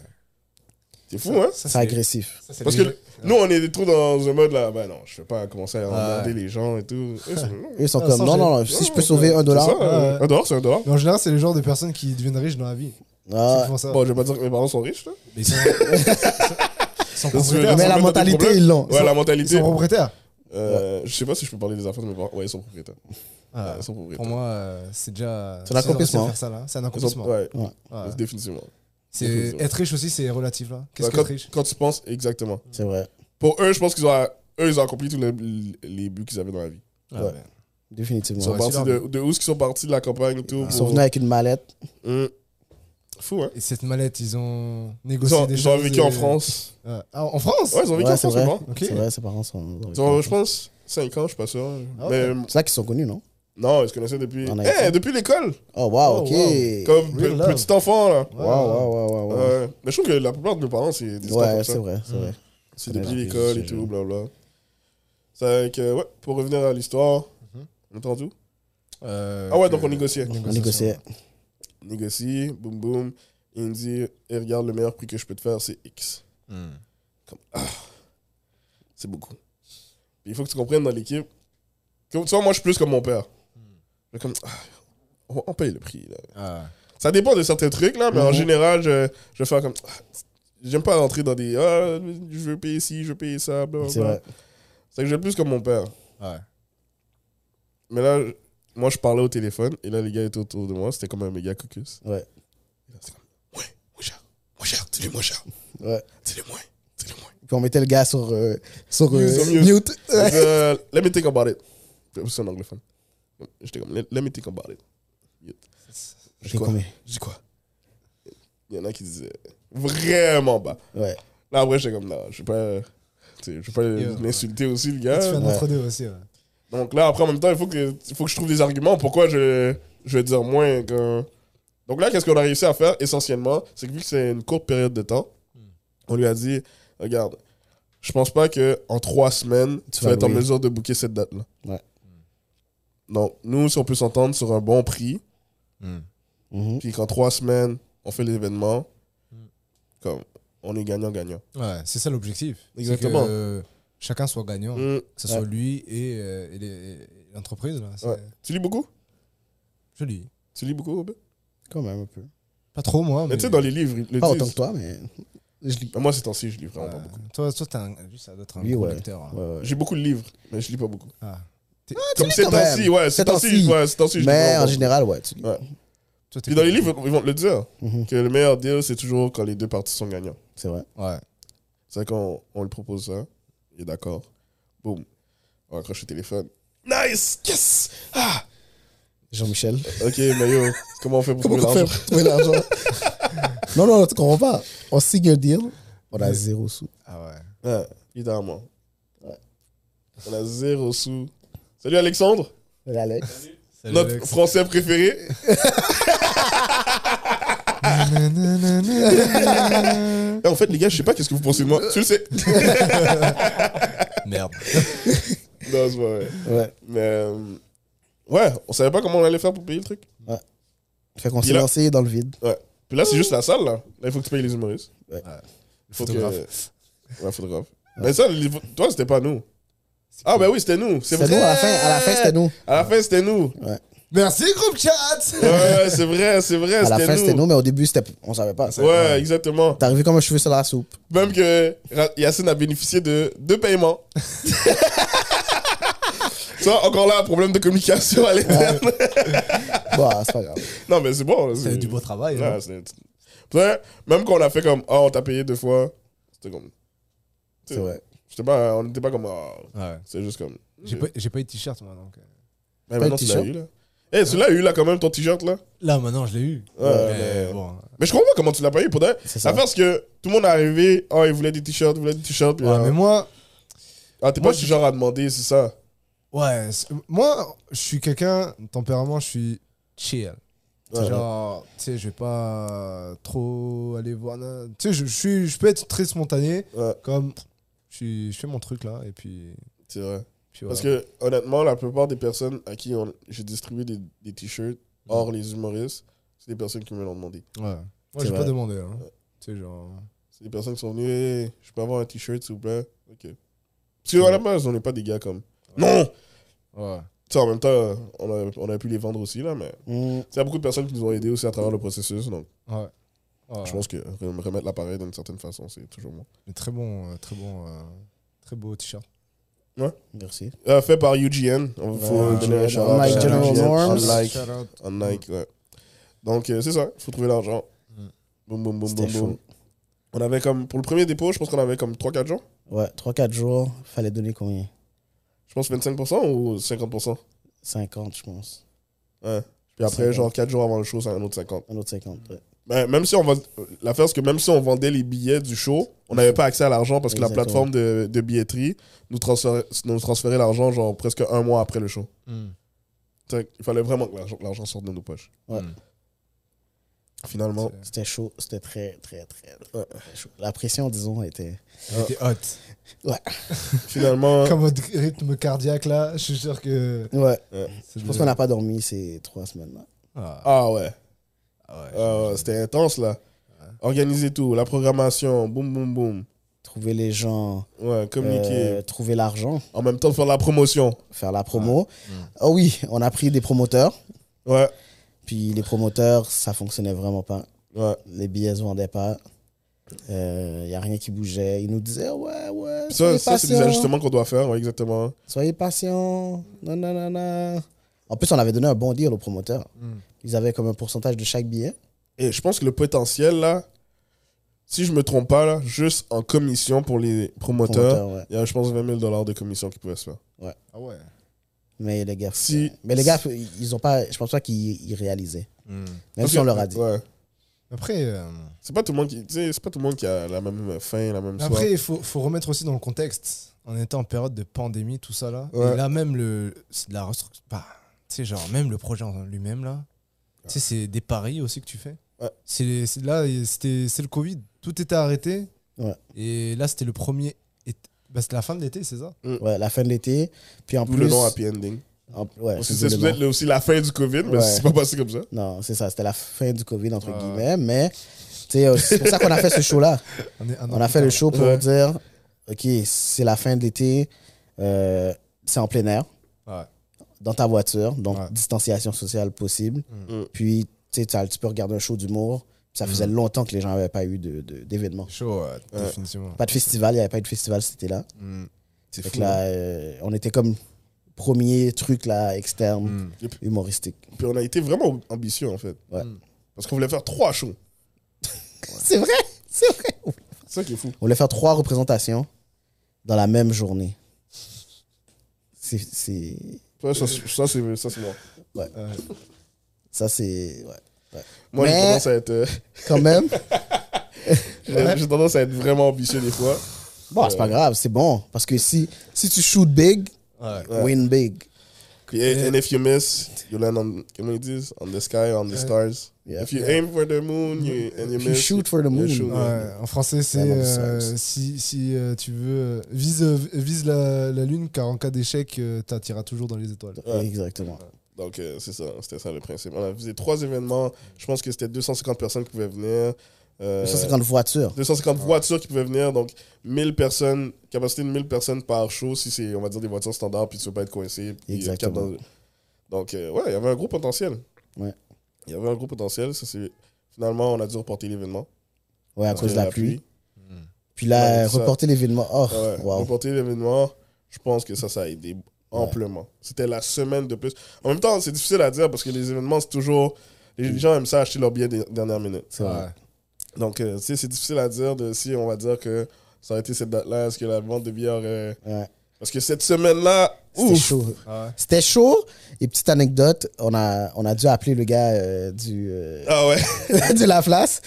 C'est fou, hein?
Ah C'est agressif.
Parce que nous, on est trop dans un mode là, ben non, je vais pas commencer à emmerder
Ouais.
les gens et tout. Eux, c'est- non.
Eux, ils sont
Ah,
comme,
sans
non,
gêne.
non, non, si je Ah.
Ouais,
peux sauver un
c'est
dollar.
ça, euh,
Ouais.
Un dollar, c'est un dollar.
Mais en général, c'est le genre de personnes qui deviennent riches dans la vie.
Ah,
Qui font ça.
Bon, je vais pas dire que mes parents sont riches, là.
Mais ils sont, ils sont
Parce que-
propriétaires.
mais
ça
la
met d'autres
mentalité,
problèmes.
ils l'ont.
Ouais, la
Ils
mentalité.
sont propriétaires.
Euh, Je sais pas si je peux parler des affaires de mes parents. Ouais, ils sont propriétaires. Ouais, ils sont propriétaires.
Ah. Pour moi, euh, c'est déjà.
C'est un accomplissement.
Faire ça, là. C'est un
Ils sont-
accomplissement.
hein. ouais,
Ouais.
définitivement.
C'est être riche aussi, c'est relatif là. Qu'est-ce
Ouais,
que
quand,
être riche
quand tu penses, exactement.
C'est vrai.
Pour eux, je pense qu'ils ont, eux, ils ont accompli tous les, les buts qu'ils avaient dans la vie.
Ah,
ouais.
ben,
Définitivement.
Ils
Ouais,
sont
c'est
partis
leur
de, de où est-ce qu'ils sont partis de la campagne et tout.
Ils
pour-
sont venus avec une mallette.
Hum. Fou, hein.
Et cette mallette, ils ont
Ils
négocié
ont,
des
ils ont
choses.
vécu
et-
en France.
Ouais. Ah, en France
Ouais, ils ont vécu
Ouais,
en
c'est
France, mes
vrai.
parents.
Ok.
C'est vrai, ses parents sont.
Ils ont, je pense, 5 ans, je suis pas sûr.
Ah
Mais
ouais.
C'est là qu'ils sont connus, non
non, ils se connaissaient depuis.
En
Eh,
Haïti.
depuis l'école!
Oh, waouh,
Oh,
ok.
wow.
Comme pe-
Real love.
petit enfant, là.
Waouh, waouh, waouh, waouh.
Ouais. Mais je trouve que la plupart de nos parents, c'est des histoires comme
Ouais,
Euh, ça. Mmh.
c'est vrai, c'est
Mm.
vrai.
C'est
Connais
depuis
leur
l'école et
visage,
tout,
ouais.
blabla. C'est avec, euh, ouais, pour revenir à l'histoire,
Mhm.
on entend tout.
Euh,
Ah ouais,
que-
donc on négociait.
On négociait.
Mmh. Négocie, boum boum. Il me dit, eh, regarde, le meilleur prix que je peux te faire, c'est X.
Hmm.
C'est beaucoup. Puis il faut que tu comprennes dans l'équipe. que- Tu vois, moi, je suis plus comme mon père.
Hmm.
Je suis Comme, ah, on, on paye le prix. Là.
Ah.
Ça dépend de certains trucs, là, mais en
Mhm.
général, je, je vais faire comme. ah, J'aime pas rentrer dans des. Ah, je veux payer ci, je veux payer ça, blablabla.
C'est vrai.
C'est que je vais plus comme mon père.
Ouais.
Mais là, je- moi, je parlais au téléphone et là, les gars étaient autour de moi. C'était comme un méga caucus.
Ouais.
Et là, c'est comme, ouais, moins cher, moins cher, dis-le moins cher,
Ouais.
dis-le moins, dis-le moins.
Puis on mettait le gars sur, euh, sur euh,
Mmh, Sur mute.
mute. Ouais.
Like, euh, let me think about it. C'est en anglophone. J'étais comme, let, let me think about it. Je dis
J'ai
quoi
combien
Je dis quoi Il y en a qui disaient vraiment bas.
Ouais.
Là, après, j'étais comme, non, je vais pas, tu sais, je vais pas
Yeah.
l'insulter aussi, le
Et
gars.
tu fais un
Ouais.
entre-deux aussi. Ouais.
Donc là, après, en même temps, il faut que, il faut que je trouve des arguments pourquoi je, je vais dire moins que... Donc là, qu'est-ce qu'on a réussi à faire essentiellement C'est que vu que c'est une courte période de temps, on lui a dit, regarde, je pense pas que en trois semaines, tu,
Tu
vas
vas
être en
louer.
mesure de booker cette date-là.
Ouais.
Donc, nous, si on peut s'entendre sur un bon prix, Hmm.
Mhm.
puis qu'en trois semaines, on fait l'événement,
Mm.
comme, on est gagnant-gagnant.
Ouais, c'est ça l'objectif. C'est
Exactement.
que, euh, chacun soit gagnant, que
Mm.
ce soit
Ouais.
lui et, euh, et les- et l'entreprise. là. C'est
Ouais. Tu lis beaucoup
Joli.
Tu lis beaucoup, Robert
Quand même un peu.
Pas trop, moi.
Mais tu sais, dans les livres, ils le
Pas
disent.
autant que toi, mais. Je lis.
Mais Moi, ces temps-ci, je lis vraiment
Ouais.
pas beaucoup.
Toi, toi, t'es un- lui, ça doit être un
Lui,
gros
ouais.
lecteur, hein.
Ouais, ouais.
J'ai beaucoup de livres, mais je lis pas beaucoup.
Ah.
Comme
lis
ces
Euh, quand même.
temps-ci, ouais, ces
Ces
temps-ci,
temps-ci.
ouais, ces temps-ci, je lis
Mais
vraiment
en
pas.
général, ouais. tu lis.
Ouais.
Toi, t'es
Puis dans les
cool.
livres, ils vont te le dire,
Mhm.
que le meilleur deal, c'est toujours quand les deux parties sont gagnants.
C'est vrai.
Ouais.
C'est qu'on on lui propose ça, il est d'accord. Boum, on accroche le téléphone. Nice, yes, ah,
Jean-Michel.
ok, mais yo, comment on fait pour
Comment
trouver
on fait
l'argent
pour trouver l'argent Non, non, tu comprends pas. On signe un deal, on a zéro sous.
Ah ouais.
Ouais, Évidemment. On a zéro sous. Salut Alexandre,
Allez, Alex.
Salut,
notre
Alex.
français préféré. Eh, en fait, les gars, je sais pas qu'est-ce que vous pensez de moi. Tu le sais.
Merde.
Non, c'est pas vrai.
Ouais.
Mais euh, ouais, on savait pas comment on allait faire pour payer le truc.
Fait qu'on
Il
s'est
a-
lancé dans le vide.
Puis là, c'est juste la salle, là. Là, il faut que tu payes les humoristes.
Le
Faut
photographe.
Que... Ouais, photographe. Mais ça, les- toi, c'était pas nous. Ah, ben oui, c'était nous. C'est
C'était
vrai.
nous, hein? à la fin, à la fin c'était nous.
À la fin, c'était nous.
Merci, groupe chat
Ouais, c'est vrai, c'est vrai.
À la fin,
C'était
c'était
nous.
nous, mais au début, c'était... on savait pas.
Ouais, exactement.
T'es arrivé comme un cheveu sur la soupe.
Même que Ra- Yacine a bénéficié de deux paiements. Ça, encore là, problème de communication à l'interne.
Bah, c'est pas grave.
Non, mais c'est bon.
C'est du beau travail. hein.
Ouais, c'est- Putain, Même quand on a fait comme, oh, on t'a payé deux fois, c'était comme.
C'est vrai.
J'étais pas, on n'était pas comme. ah,
Ouais.
c'est juste comme.
J'ai pas, j'ai pas eu de t-shirt, moi, donc. euh,
Mais maintenant,
le
tu l'as
t-shirt.
eu, là. Eh, tu l'as eu là quand même ton t-shirt là
Là, maintenant, je l'ai eu.
Ouais,
mais
mais-
bon. hein.
Mais je comprends pas comment tu l'as pas eu pour de vrai.
C'est ça.
Ah.
L'affaire, c'est que tout le monde est arrivé, oh, il voulait des t-shirts, il voulait des t-shirts. puis,
Ouais,
euh,
mais moi,
Ah, t'es
moi,
pas ce
je-
genre à demander, c'est ça.
ouais, c'est- moi, je suis quelqu'un, tempérament, je suis chill. C'est
Ouais.
genre, tu sais, je vais pas trop aller voir. na- Tu sais, je, je suis, je peux être très spontané,
Ouais.
comme je, suis- je fais mon truc là, et puis.
C'est vrai.
puis
Parce
voilà.
que, honnêtement, la plupart des personnes à qui on- j'ai distribué des, des t-shirts,
Mhm.
hors les humoristes, c'est des personnes qui me l'ont demandé.
Ouais. Moi,
C'est
j'ai pas
vrai.
demandé. Hein. Tu sais, genre.
C'est des personnes qui sont venues, Hey, je peux avoir un t-shirt, s'il vous plaît. Ok. Parce que, à la base, on n'est pas des gars comme. Non Tu
Ouais.
sais, en même temps, on a, on a pu les vendre aussi, là, mais.
Mm.
Il y a beaucoup de personnes qui nous ont aidés aussi à travers le processus, donc
Ouais. Ouais.
je pense que rem- remettre l'appareil d'une certaine façon, c'est toujours bon.
Mais très bon, euh, très bon, euh, très beau t-shirt.
Merci.
Euh, fait par UGN. On
Ouais,
faut donner un
UGN,
shout-out
Unlike
à
General
UGN,
Norms.
Unlike,
Shout out.
unlike, ouais. Donc, euh, c'est ça. Il faut trouver l'argent.
Mm.
Boum, boum, boum,
C'était
boum, boum.
chaud.
On avait comme, pour le premier dépôt, je pense qu'on avait comme 3-4 jours.
Ouais, 3-4 jours, fallait donner combien
Je pense 25% ou 50%.
50, je pense.
Ouais. Puis après,
50.
genre 4 jours avant le show, c'est un autre 50.
Un autre 50. ouais.
Mais Ben, même si on vend... L'affaire, c'est que même si on vendait les billets du show, on n'avait pas accès à l'argent parce que la
Exactement.
plateforme de, de billetterie nous transférait, nous transférait l'argent genre presque un mois après le show.
Hmm.
Fait qu'il fallait vraiment que l'argent- l'argent sorte de nos poches.
Ouais.
Hmm.
Finalement,
C'est-
C'était chaud, c'était très, très, très, très chaud. La pression, disons, était.
Elle était hot.
finalement
Comme votre rythme cardiaque là, je suis sûr que.
Ouais,
Je
je pense qu'on n'a pas dormi ces trois semaines-là.
Ah,
ah ouais,
ah ouais.
Ah ouais, c'était intense là. Organiser tout, la programmation, boum boum boum.
Trouver les gens,
Ouais, communiquer.
euh, trouver l'argent,
En même temps, faire la promotion.
faire la promo. Oh oui, on a pris des promoteurs.
Ouais,
Puis les promoteurs, ça fonctionnait vraiment pas.
ouais.
Les billets se vendaient pas. Il n'y a rien qui bougeait. Ils nous disaient Ouais, ouais.
Ça,
soyez
ça, c'est des
patient.
ajustements qu'on doit faire, ouais, exactement.
Soyez patient. Non, non, non, non. En plus, on avait donné un bon deal aux promoteurs.
Hmm.
Ils avaient comme un pourcentage de chaque billet.
Et je pense que le potentiel là, si je me trompe pas là, juste en commission pour les promoteurs,
Promoteur, ouais.
il y a je pense 20 000 dollars de commission qui pouvaient se faire.
Ah ouais.
Mais les gars,
Si-
mais les gars, ils ont pas, je pense pas qu'ils ils réalisaient.
Hmm.
Même
Parce
si on
que-
leur a dit.
Ouais.
Après, euh,
C'est pas tout le monde qui, tu sais, c'est pas tout le monde qui a la même fin, la même soirée.
après, il faut, faut remettre aussi dans le contexte. On était en période de pandémie, tout ça là.
Ouais.
Et là même le, c'est de la restructuration. tu sais genre même le projet en lui-même là. Tu sais c'est des paris aussi que tu fais.
Ouais.
C'est c'est- là et c'était c'est le Covid, tout était arrêté.
Ouais.
Et là c'était le premier. et- bah, c'était la fin de l'été, c'est ça.
Ouais, la fin de l'été. Puis en
D'où
plus.
le nom Happy Ending.
en- ouais,
Parce
c'est
que c'est
le nom.
peut-être aussi la fin du Covid, mais
Ouais.
c'est pas passé comme ça.
Non, c'est ça. C'était la fin du Covid, entre
Ah.
Ouais.
guillemets. Mais tu sais, euh, c'est pour ça qu'on a fait ce show-là.
On, est un an
On a
plus
fait le
tard.
show pour
Ouais.
dire OK, c'est la fin de l'été. euh, c'est en plein air,
Ouais.
dans ta voiture. Donc,
Ouais.
distanciation sociale possible.
Mm.
Puis tu sais, t'as- tu peux regarder un show d'humour. Ça faisait longtemps que les gens n'avaient pas eu de- de- d'événements.
Chaud, ouais,
Ouais.
définitivement.
Pas de festival, il n'y avait pas eu de festival cet été-là.
Mm.
C'est
Fait
fou. hein.
que là, euh, on était comme premier truc là, externe,
Mm.
humoristique.
Puis on a été vraiment ambitieux en fait.
Ouais.
Mm.
Parce qu'on voulait faire trois shows.
C'est vrai, c'est vrai.
C'est ça qui est fou.
On voulait faire trois représentations dans la même journée. C'est- C'est.
Ouais, ça, c'est- ça, c'est ça, c'est moi.
Ouais.
Ça, c'est. ouais.
Moi, j'ai
Mais-
tendance à être, euh,
Quand même.
j'ai j'ai tendance à être vraiment ambitieux des fois.
Bon, c'est pas grave, c'est bon. Parce que si, si tu shoot big,
Ouais.
Ouais.
win big.
Puis, eh, and if you miss, you land on, comment ils disent, on the sky, on the stars.
Yeah.
If you aim for the moon, you, and you
If you
miss.
shoot for the
you
moon.
shoot.
Ouais, en français, c'est
Vraiment,
euh,
ça, ça.
si, si euh, tu veux euh, vise euh, vise la, la lune car en cas d'échec, euh, t'attireras toujours dans les étoiles.
Ouais.
Exactement.
Donc, euh, c'est ça, c'était ça le principe. On a visé trois événements. Je pense que c'était 250 personnes qui pouvaient venir. Euh,
250 voitures.
250 voitures qui pouvaient venir, donc 1000 personnes, capacité de 1000 personnes par show, si c'est, on va dire, des voitures standards, puis tu veux pas être coincé. puis il y a quatre
Exactement.
dans- Donc, euh, ouais, il y avait un gros potentiel.
Ouais.
Il y avait un gros potentiel. Ça, c'est... Finalement, on a dû reporter l'événement.
Ouais, à cause de la pluie. Puis
Ouais,
là,
c'est ça.
reporter l'événement. Oh,
Ah ouais,
wow.
Reporter l'événement, je pense que ça, ça a aidé amplement. C'était la semaine de plus. En même temps, c'est difficile à dire parce que les événements, c'est toujours. Les gens aiment ça acheter leurs billets de- dernière minute.
C'est vrai.
Donc, euh, tu sais, c'est difficile à dire de si on va dire que ça aurait été cette date-là, est-ce que la vente de billets aurait.
Ouais.
Parce que cette semaine-là,
C'était
ouf,
chaud.
Ah ouais.
C'était chaud. Et petite anecdote, on a, on a dû appeler le gars euh, du, euh,
ah ouais,
de la place.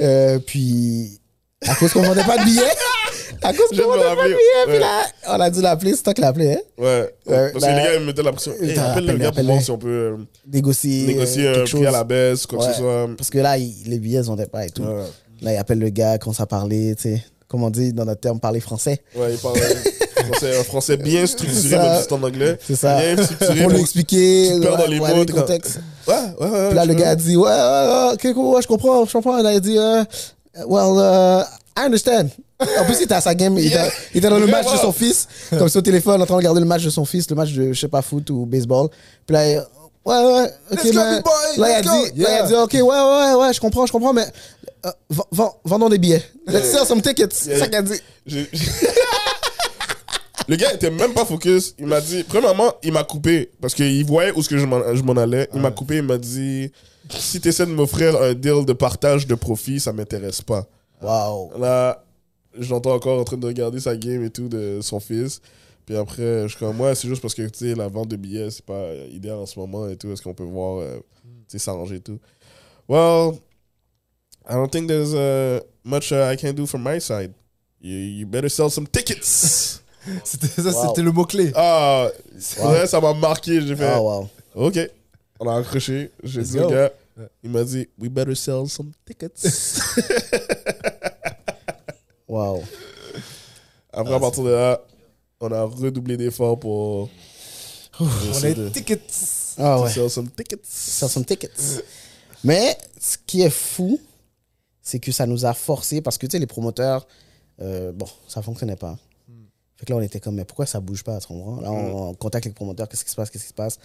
Euh, puis, à cause qu'on vendait pas de billets, à cause
Je me
qu'on vendait pas de
rappelle.
billets, puis
Ouais.
là, on a dû l'appeler, c'est toi qui l'appelais, hein?
ouais.
Ouais,
Parce
bah,
que les gars, ils me mettaient la pression.
euh,
Hey,
t'as
appelle le
appelé,
gars pour voir
appelé.
si on peut euh,
Négocier, euh,
négocier un
quelque
prix à la
chose.
baisse, quoi que ce
Ouais.
soit.
Parce que là, il- les billets, ils vendaient pas et tout.
Ouais,
Là, il appelle le gars, commence à parler, tu sais, comme on dit dans notre terme, parler français.
ouais il parle euh, français, un français bien structuré,
Ça.
même si c'est en anglais.
C'est ça.
Bien structuré.
Pour lui
pour-
expliquer,
tu te perds dans les
ouais,
mots,
le
t'es comme-
contexte.
Ouais, ouais, ouais.
Puis là,
tu
le
veux-
gars a dit, ouais, ouais, ouais, ok, cool, ouais, je comprends, je comprends. Il a dit, euh, well, euh, I understand. En plus, il était à sa game, il, était, il était dans le match de son fils, comme ça au téléphone, en train de regarder le match de son fils, le match de, je sais pas, foot ou baseball. Puis là, il- ouais, ouais, ok,
Let's go,
mais-
big boy,
là, il a
let's go.
dit, là, il a
Yeah.
dit, ok, ouais, ouais, ouais, ouais, je comprends, je comprends, mais euh, vend- vend- vendons des billets. Let's sell some tickets. C'est ça qu'il a dit.
J'ai- j'ai- le gars était même pas focus. Il m'a dit, premièrement, il m'a coupé parce qu'il voyait où ce que je m'en je m'en allais. Il m'a coupé, il m'a dit, si tu essaies de m'offrir un deal de partage de profit, ça m'intéresse pas.
Waouh.
Là, j'entends encore en train de regarder sa game et tout de son fils. Puis après, je suis comme, ouais, c'est juste parce que, tu sais, la vente de billets, c'est pas euh, idéal en ce moment et tout. Est-ce qu'on peut voir, euh, tu sais, s'arranger et tout? Well, I don't think there's uh, much uh, I can do from my side. You, you better sell some tickets.
C'était ça,
Wow.
c'était le mot-clé.
ah, pour vrai, ça m'a marqué. J'ai fait,
Oh, wow.
OK. On a accroché. J'ai
Ah, Let's
dit au
go.
gars,
Ouais.
il m'a dit, we better sell some tickets.
Wow. Ah,
Après, à partir de là, on a redoublé d'efforts pour.
On a
essayer de-
les tickets.
Ah
to
ouais.
sell some tickets.
sell some tickets. Mais ce qui est fou, c'est que ça nous a forcé parce que tu sais, les promoteurs, euh, bon, ça fonctionnait pas.
Hmm.
Fait que là, on était comme, mais pourquoi ça bouge pas, tu comprends? Là, on, on contacte les promoteurs, qu'est-ce qui se passe, qu'est-ce qui se passe?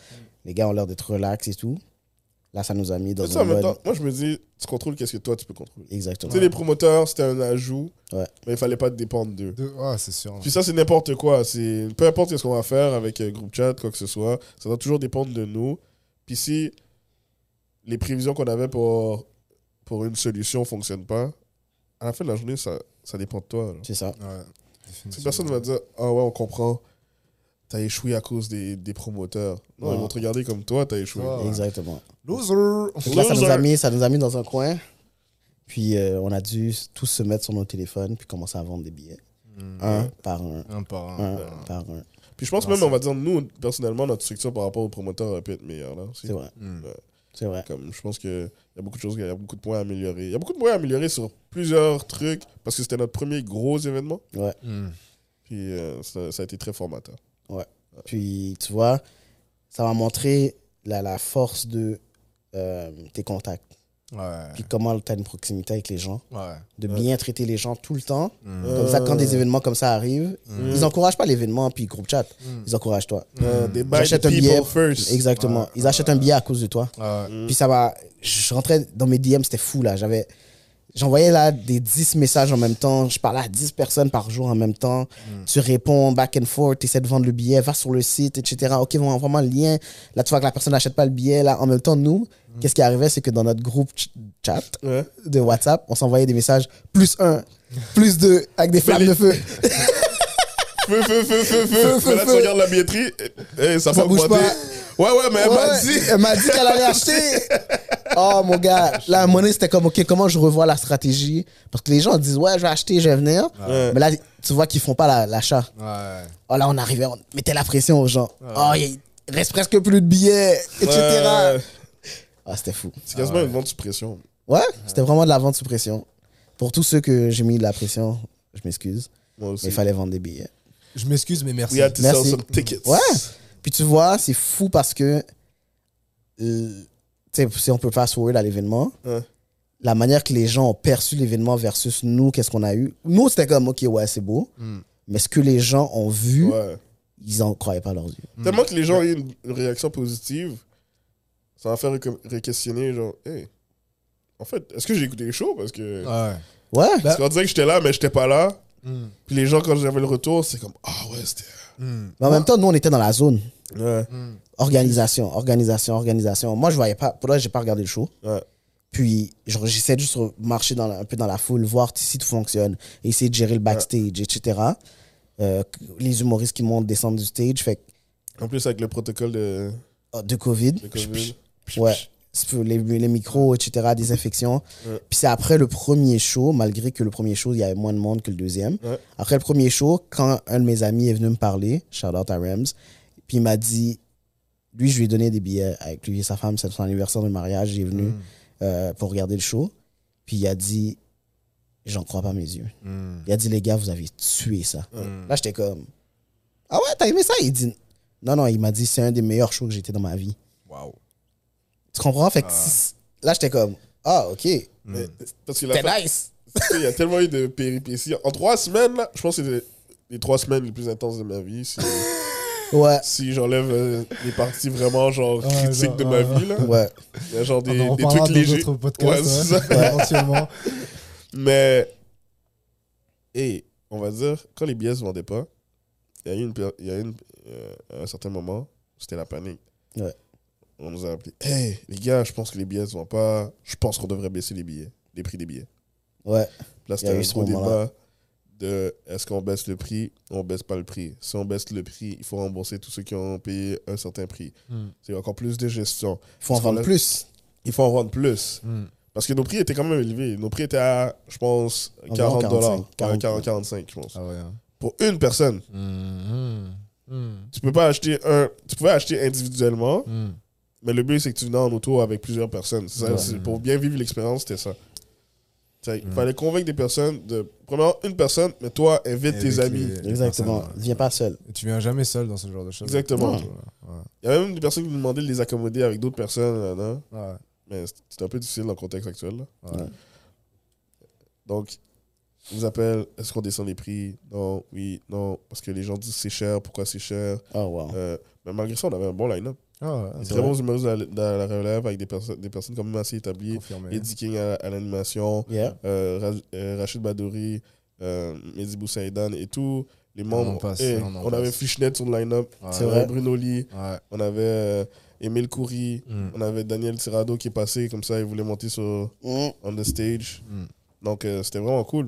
Les gars ont l'air d'être relax et tout. Là, ça nous a mis dans
Mais ça, en
un
même
mode...
temps, moi, je me dis, tu contrôles qu'est-ce que toi, tu peux contrôler.
Exactement.
Tu sais, les promoteurs, c'était un ajout,
Ouais.
mais il fallait pas te dépendre d'eux.
De- Ah, c'est sûr.
Puis ça, c'est n'importe quoi. C'est Peu importe ce qu'on va faire avec euh, groupe chat, quoi que ce soit, ça doit toujours dépendre de nous. Puis si les prévisions qu'on avait pour, pour une solution fonctionnent pas, à la fin de la journée, ça, ça dépend de toi. là.
C'est ça.
Ouais.
Si personne va dire Ah ouais, on comprend, t'as échoué à cause des, des promoteurs. Non,
Ouais. Ah.
ils vont te regarder comme toi, t'as échoué.
Ouais.
Exactement.
Loser.
Fait que là, ça nous, a
Loser.
mis, ça nous a mis dans un coin. Puis euh, on a dû tous se mettre sur nos téléphones puis commencer à vendre des billets.
Hmm.
Un par un.
Hmm. Un par un.
Un
Ah.
Ouais.
par un.
Puis je pense
Ah,
Non,
même,
c'est-
on va dire, nous, personnellement, notre structure par rapport aux promoteurs aurait pu être meilleure. Là, aussi.
C'est vrai.
Mm.
C'est vrai.
Comme, je pense qu'il y a beaucoup de choses, il y a beaucoup de points à améliorer. Il y a beaucoup de points à améliorer sur plusieurs trucs, parce que c'était notre premier gros événement.
Ouais.
Mm.
Puis euh, ça, ça a été très formateur.
Puis, tu vois, ça m'a montré la, la force de euh, tes contacts.
Ouais.
Puis comment tu as une proximité avec les gens,
Ouais.
de bien traiter les gens tout le temps.
Mm.
Euh,
Comme ça, quand des événements comme ça arrivent,
Mm.
ils encouragent pas l'événement, puis groupe chat.
Mm.
Ils encouragent toi.
Euh, des buy the
Mmh. J'achète un
people
billet.
first.
Exactement.
Ouais.
Ils achètent un billet à cause de toi.
Ah Ouais.
Puis ça m'a. Je rentrais dans mes DM, c'était fou là. J'avais. J'envoyais là des 10 messages en même temps. Je parlais à 10 personnes par jour en même temps. Tu réponds back and forth, tu essaies de vendre le billet, va sur le site, etc. Ok, bon, envoie-moi le lien. Là, tu vois que la personne n'achète pas le billet. Là, en même temps, nous, qu'est-ce qui arrivait, c'est que dans notre groupe ch- chat
Ouais.
de WhatsApp, on s'envoyait des messages plus un, plus deux, avec des flammes
les-
de feu.
Feu, feu, feu, feu, feu.
feu,
Mais là, tu
feu.
regardes la billetterie, eh, eh, ça,
Ça
va
bouge
augmenter. Ouais, ouais, mais elle m'a
Ouais,
dit.
Elle m'a dit qu'elle allait acheter. Oh mon gars, là, à un moment donné, c'était comme, OK, comment je revois la stratégie Parce que les gens disent, ouais, je vais acheter, je vais venir.
Ouais.
Mais là, tu vois qu'ils font pas la- l'achat.
Hmm.
Ouais.
oh là, on arrivait, on mettait la pression aux gens. Oh, il reste presque plus de billets, etc. Ah,
Ouais.
c'était fou.
C'est quasiment une vente sous pression.
Ouais, c'était vraiment de la vente sous pression. Pour tous ceux que j'ai mis de la pression, je m'excuse,
Moi aussi.
mais il fallait vendre des billets.
Je m'excuse, mais merci.
We had to sell
Merci.
some tickets.
Ouais. Puis tu vois, c'est fou parce que, euh, tu sais, si on peut fast forward à l'événement,
Ouais.
la manière que les gens ont perçu l'événement versus nous, qu'est-ce qu'on a eu. Nous, c'était comme, ok, ouais, c'est beau.
Mm.
Mais ce que les gens ont vu,
Hmm. Ouais.
ils n'en croyaient pas à leurs yeux.
Tellement que les gens aient une, une réaction positive, ça va faire réco- réquestionner, genre, hey, en fait, est-ce que j'ai écouté les shows Parce que.
Ouais.
Ouais, Ben-
Bah,
Parce qu'on disait que j'étais là, mais j'étais pas là.
Mm.
Puis les gens, quand j'avais le retour, c'est comme, ah ouais, c'était.
Mm.
mais en même temps, nous, on était dans la zone.
Ouais.
Mm.
Organisation, organisation, organisation. Moi, je voyais pas. Pour là, j'ai pas regardé le show.
Ouais.
Puis, genre, j'essaie de juste de marcher dans la- un peu dans la foule, voir si tout fonctionne, essayer de gérer le backstage, etc. euh, les humoristes qui montent, descendent du stage. Fait que,
En plus, avec le protocole de,
oh, de COVID.
de COVID.
Ouais. C'est pour Les, les micros, etc., des infections.
Ouais.
Puis c'est après le premier show, malgré que le premier show, il y avait moins de monde que le deuxième.
Ouais.
Après le premier show, quand un de mes amis est venu me parler, shout out à Rams, puis il m'a dit, lui, je lui ai donné des billets avec lui et sa femme, c'est son anniversaire de mariage, il est venu
Mm.
euh, pour regarder le show. Puis il a dit, j'en crois pas mes yeux.
Mm.
Il a dit, les gars, vous avez tué ça.
Mm.
Là, j'étais comme, ah ouais, t'as aimé ça? Il dit, non, non, il m'a dit, c'est un des meilleurs shows que j'étais dans ma vie.
Waouh.
Tu comprends? Fait que si- là, j'étais comme, ah, ok,
Mais- Parce que la
c'est nice.
il y a tellement eu de péripéties. En trois semaines, là, je pense que c'était les trois semaines les plus intenses de ma vie. Si,
Ouais,
si j'enlève euh, les parties vraiment genre
Ouais,
critiques
genre,
de
ouais,
ma vie, là.
ouais. Ah
Il y a genre des,
Ah, bah, On en
des
reparlera
trucs
dans
légers.
d'autres
Ouais,
podcasts,
c'est
ouais, éventuellement.
Mais, et on va dire, quand les billets se vendaient pas, il y a eu, une, per- il y a eu une- euh, à un certain moment, c'était la panique.
Ouais.
On nous a appelé Hey, les gars, je pense que les billets se vendent pas. Je pense qu'on devrait baisser les billets, les prix des billets.
Ouais,
Là,
Il y
c'était
a
un
eu ce
gros
moment-là.
débat de est-ce qu'on baisse le prix ou on baisse pas le prix. Si on baisse le prix, il faut rembourser tous ceux qui ont payé un certain prix.
Hmm.
Mm.
C'est encore plus de gestion.
faut en
Parce qu'on
vendre
a-
plus.
Il faut en vendre plus.
Mm.
Parce que nos prix étaient quand même élevés. Nos prix étaient à, je pense,
Environ
40 dollars.
45,
40, 45, je pense.
Ah ouais. hein.
Pour une personne.
Mm. Mm.
Tu peux pas acheter un. Tu pouvais acheter individuellement,
Mm.
mais le but, c'est que tu venais en auto avec plusieurs personnes. C'est ça,
Ouais.
c'est- Pour bien vivre l'expérience, c'était ça. C'est- Il fallait convaincre des personnes de. Premièrement, une personne, mais toi, invite
Et
tes
avec
amis.
les- les
Exactement,
personnes, ouais.
viens pas seul.
Et Tu viens jamais seul dans ce genre de choses.
Exactement.
Ouais.
Il y a même des personnes qui nous demandaient de les accommoder avec d'autres personnes. là, là.
Ouais.
Mais c'est un peu difficile dans le contexte actuel. là.
Ouais.
Donc, ils nous appellent est-ce qu'on descend les prix Non, oui, non. Parce que les gens disent c'est cher, pourquoi c'est cher
Oh, wow.
Euh, Mais malgré ça, on avait un bon line-up.
Ah ouais,
Des
c'est
très bons humoristes à la- dans la relève avec des, perso- des personnes quand même assez établies.
confirmé.
Eddie King à, à l'animation,
Yeah.
euh, Ra- euh, Rachid Badouri, euh, Mehdi Boussaïdan et tout. Les
On en
membres.
passe,
Eh,
on en
on avait
passe.
Fishnet sur le line-up.
Ouais.
C'est
On
vrai.
avait Bruno Lee.
Ouais.
On avait euh, Emile Coury.
Mm.
On avait Daniel Tirado qui est passé comme ça. Il voulait monter sur
Mm.
on the stage.
Mm.
Donc euh, c'était vraiment cool.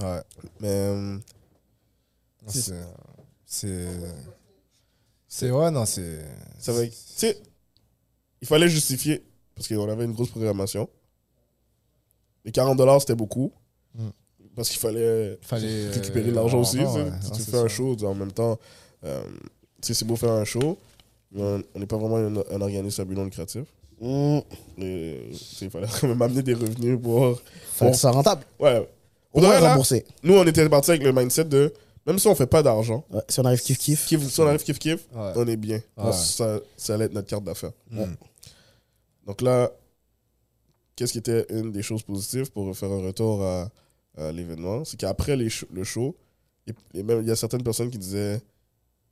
Ouais.
Mais euh,
Non,
C'est-
C'est. C'est. C'est. Ouais, non, c'est.
ça va. Tu sais, il fallait justifier parce qu'on avait une grosse programmation. Les 40 dollars c'était beaucoup.
Mm.
Parce qu'il fallait,
Fallait, euh,
récupérer l'argent aussi.
l'argent,
tu sais.
ouais.
Si
Non,
tu
c'est
fais un
ça.
show, tu- en même temps, euh, tu sais, c'est beau faire un show, mais on- on n'est pas vraiment un, un organisme à but non lucratif.
Mm.
Et, tu sais, il fallait quand même amener des revenus pour.
Faut que ça soit rentable.
Ouais.
Au
Ouais,
moins
là,
remboursé.
Nous, on était parti avec le mindset de même si on fait pas d'argent,
Ouais, si on arrive kiff kiff.
kiff- si on arrive kiff kiff,
Ouais.
on est bien.
Ouais. Mm.
Ça, ça allait être notre carte d'affaires.
Ouais.
Donc là, qu'est-ce qui était une des choses positives pour faire un retour à, à l'événement C'est qu'après les sh- le show, et, et même il y a certaines personnes qui disaient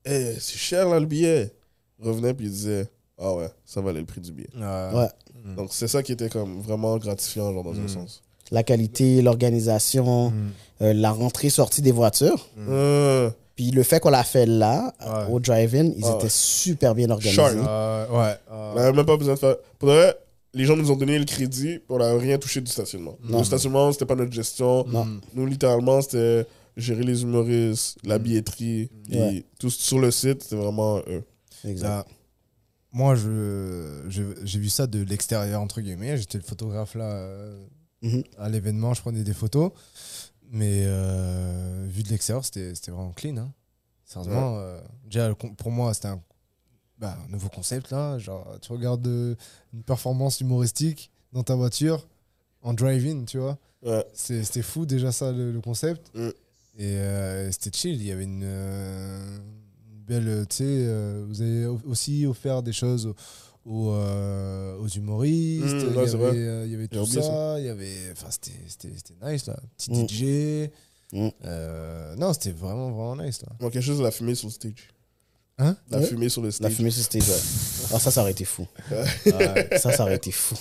Eh, c'est cher là le billet revenaient puis ils disaient Ah ouais, ça valait le prix du billet.
Ouais.
Ouais.
Mm.
Donc c'est ça qui était comme vraiment gratifiant, genre dans un
Mm.
sens.
La qualité, l'organisation,
Mm.
euh, la rentrée-sortie des voitures.
Euh,
Puis le fait qu'on l'a fait là,
Ouais.
au drive-in, ils
Ah
étaient
ouais.
super bien organisés.
Sharp.
Euh, ouais.
on
euh,
n'avait Ah. Bah, même pas besoin de faire. Pour de vrai, les gens nous ont donné le crédit, puis on n'a rien touché du stationnement.
Non.
Le stationnement, c'était pas notre gestion.
Non.
Mm.
Nous, littéralement, c'était gérer les humoristes, la
Mm.
billetterie,
Mm.
et
Ouais.
tout sur le site, c'était vraiment euh, eux.
Exact.
Là, Bah, moi, je, je- j'ai vu ça de l'extérieur, entre guillemets. J'étais le photographe là euh,
Mhm.
à l'événement, je prenais des photos. Mais euh, vu de l'extérieur, c'était, c'était vraiment clean. hein. Sérieusement, euh, déjà, le con- pour moi, c'était un, bah, un nouveau concept là. Genre, tu regardes euh, une performance humoristique dans ta voiture en drive-in, tu vois.
Ouais.
C'est- C'était fou déjà ça le, le concept.
Mm.
Et euh, c'était chill, il y avait une, euh, une belle... euh, Tu sais, euh, vous avez au- aussi offert des choses aux, aux, euh, aux humoristes,
Mm,
il,
ouais,
y
c'est
avait,
vrai.
euh, il y avait
J'ai
tout
oublié
ça,
ça.
il y avait... Enfin, c'était- c'était c'était nice là. Petit
Mm.
DJ.
Mm.
Euh, non, c'était vraiment, vraiment nice là.
Il manquait juste de la fumée sur le stage.
Hein
La
Ouais.
fumée sur le
La
stage.
fumée sur stage, ouais. Ah, ça, ça aurait été fou.
Ouais.
Ça, ça aurait été fou.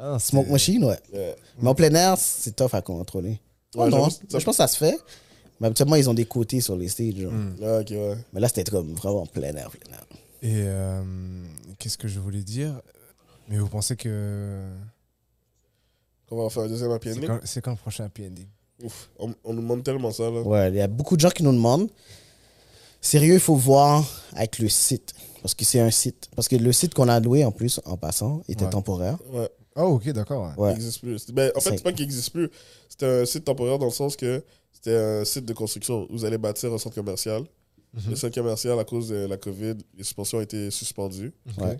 Ah, non, c'était-
Smoke machine, ouais.
Ouais.
Mais en plein air, c'est tough à contrôler.
Ouais,
Oh non,
j'avoue,
je
ça-
pense que ça se fait. Mais habituellement, ils ont des côtés sur les stages. genre.
Mm.
Ouais, Ah, ok, ouais.
Mais là, c'était comme vraiment plein air, plein air.
Et euh, qu'est-ce que je voulais dire Mais vous pensez que...
On va faire un deuxième happy
C'est
ending.
quand, c'est quand le prochain happy ending
Ouf, on, on nous demande tellement ça, là.
Ouais, il y a beaucoup de gens qui nous demandent. Sérieux, il faut voir avec le site. Parce que c'est un site. Parce que le site qu'on a loué, en plus, en passant, était
Ouais.
temporaire.
Ouais,
Ah, ok, d'accord. ouais.
il
Ouais.
existe plus. C'est- ben, en fait,
C'est-
c'est pas qu'il existe plus. C'était un site temporaire dans le sens que c'était un site de construction. Vous allez bâtir un centre commercial.
Mhm.
Le centre commercial, à cause de la COVID, les suspensions ont été suspendues.
Ok.
Ouais.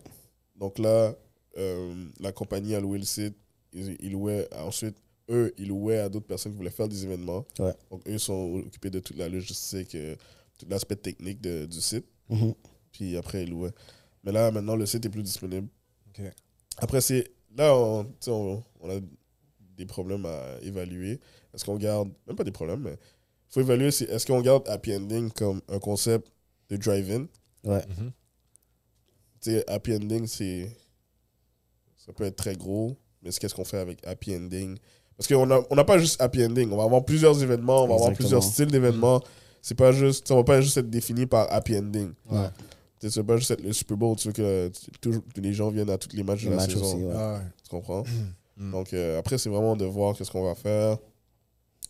Donc là, euh, la compagnie a loué le site. Ils, ils louaient ensuite, eux, ils louaient à d'autres personnes qui voulaient faire des événements.
Ouais.
Donc eux sont occupés de toute la logistique, euh, tout l'aspect technique de- du site.
Mhm.
Puis après, ils louaient. Mais là, maintenant, le site est plus disponible.
Ok.
Après, c'est là, on, tu sais, on- on a des problèmes à évaluer. Est-ce qu'on garde, même pas des problèmes, mais il faut évaluer si, est-ce qu'on garde Happy Ending comme un concept de drive-in
Mhm.
tu sais, Happy Ending, c'est. Ça peut être très gros, mais c'est qu'est-ce qu'on fait avec Happy Ending Parce qu'on n'a on n'a pas juste Happy Ending, on va avoir plusieurs événements, on va avoir
Exactement.
plusieurs styles d'événements. C'est pas juste. ça va pas juste être défini par Happy Ending.
Ouais.
Tu sais, ça va pas juste être le Super Bowl, tu veux que euh, tout- tous les gens viennent à tous les matchs de
Le
la
match
saison.
aussi, ouais.
Ah, ouais.
Tu comprends
Mm.
Donc euh, après, c'est vraiment de voir qu'est-ce qu'on va faire.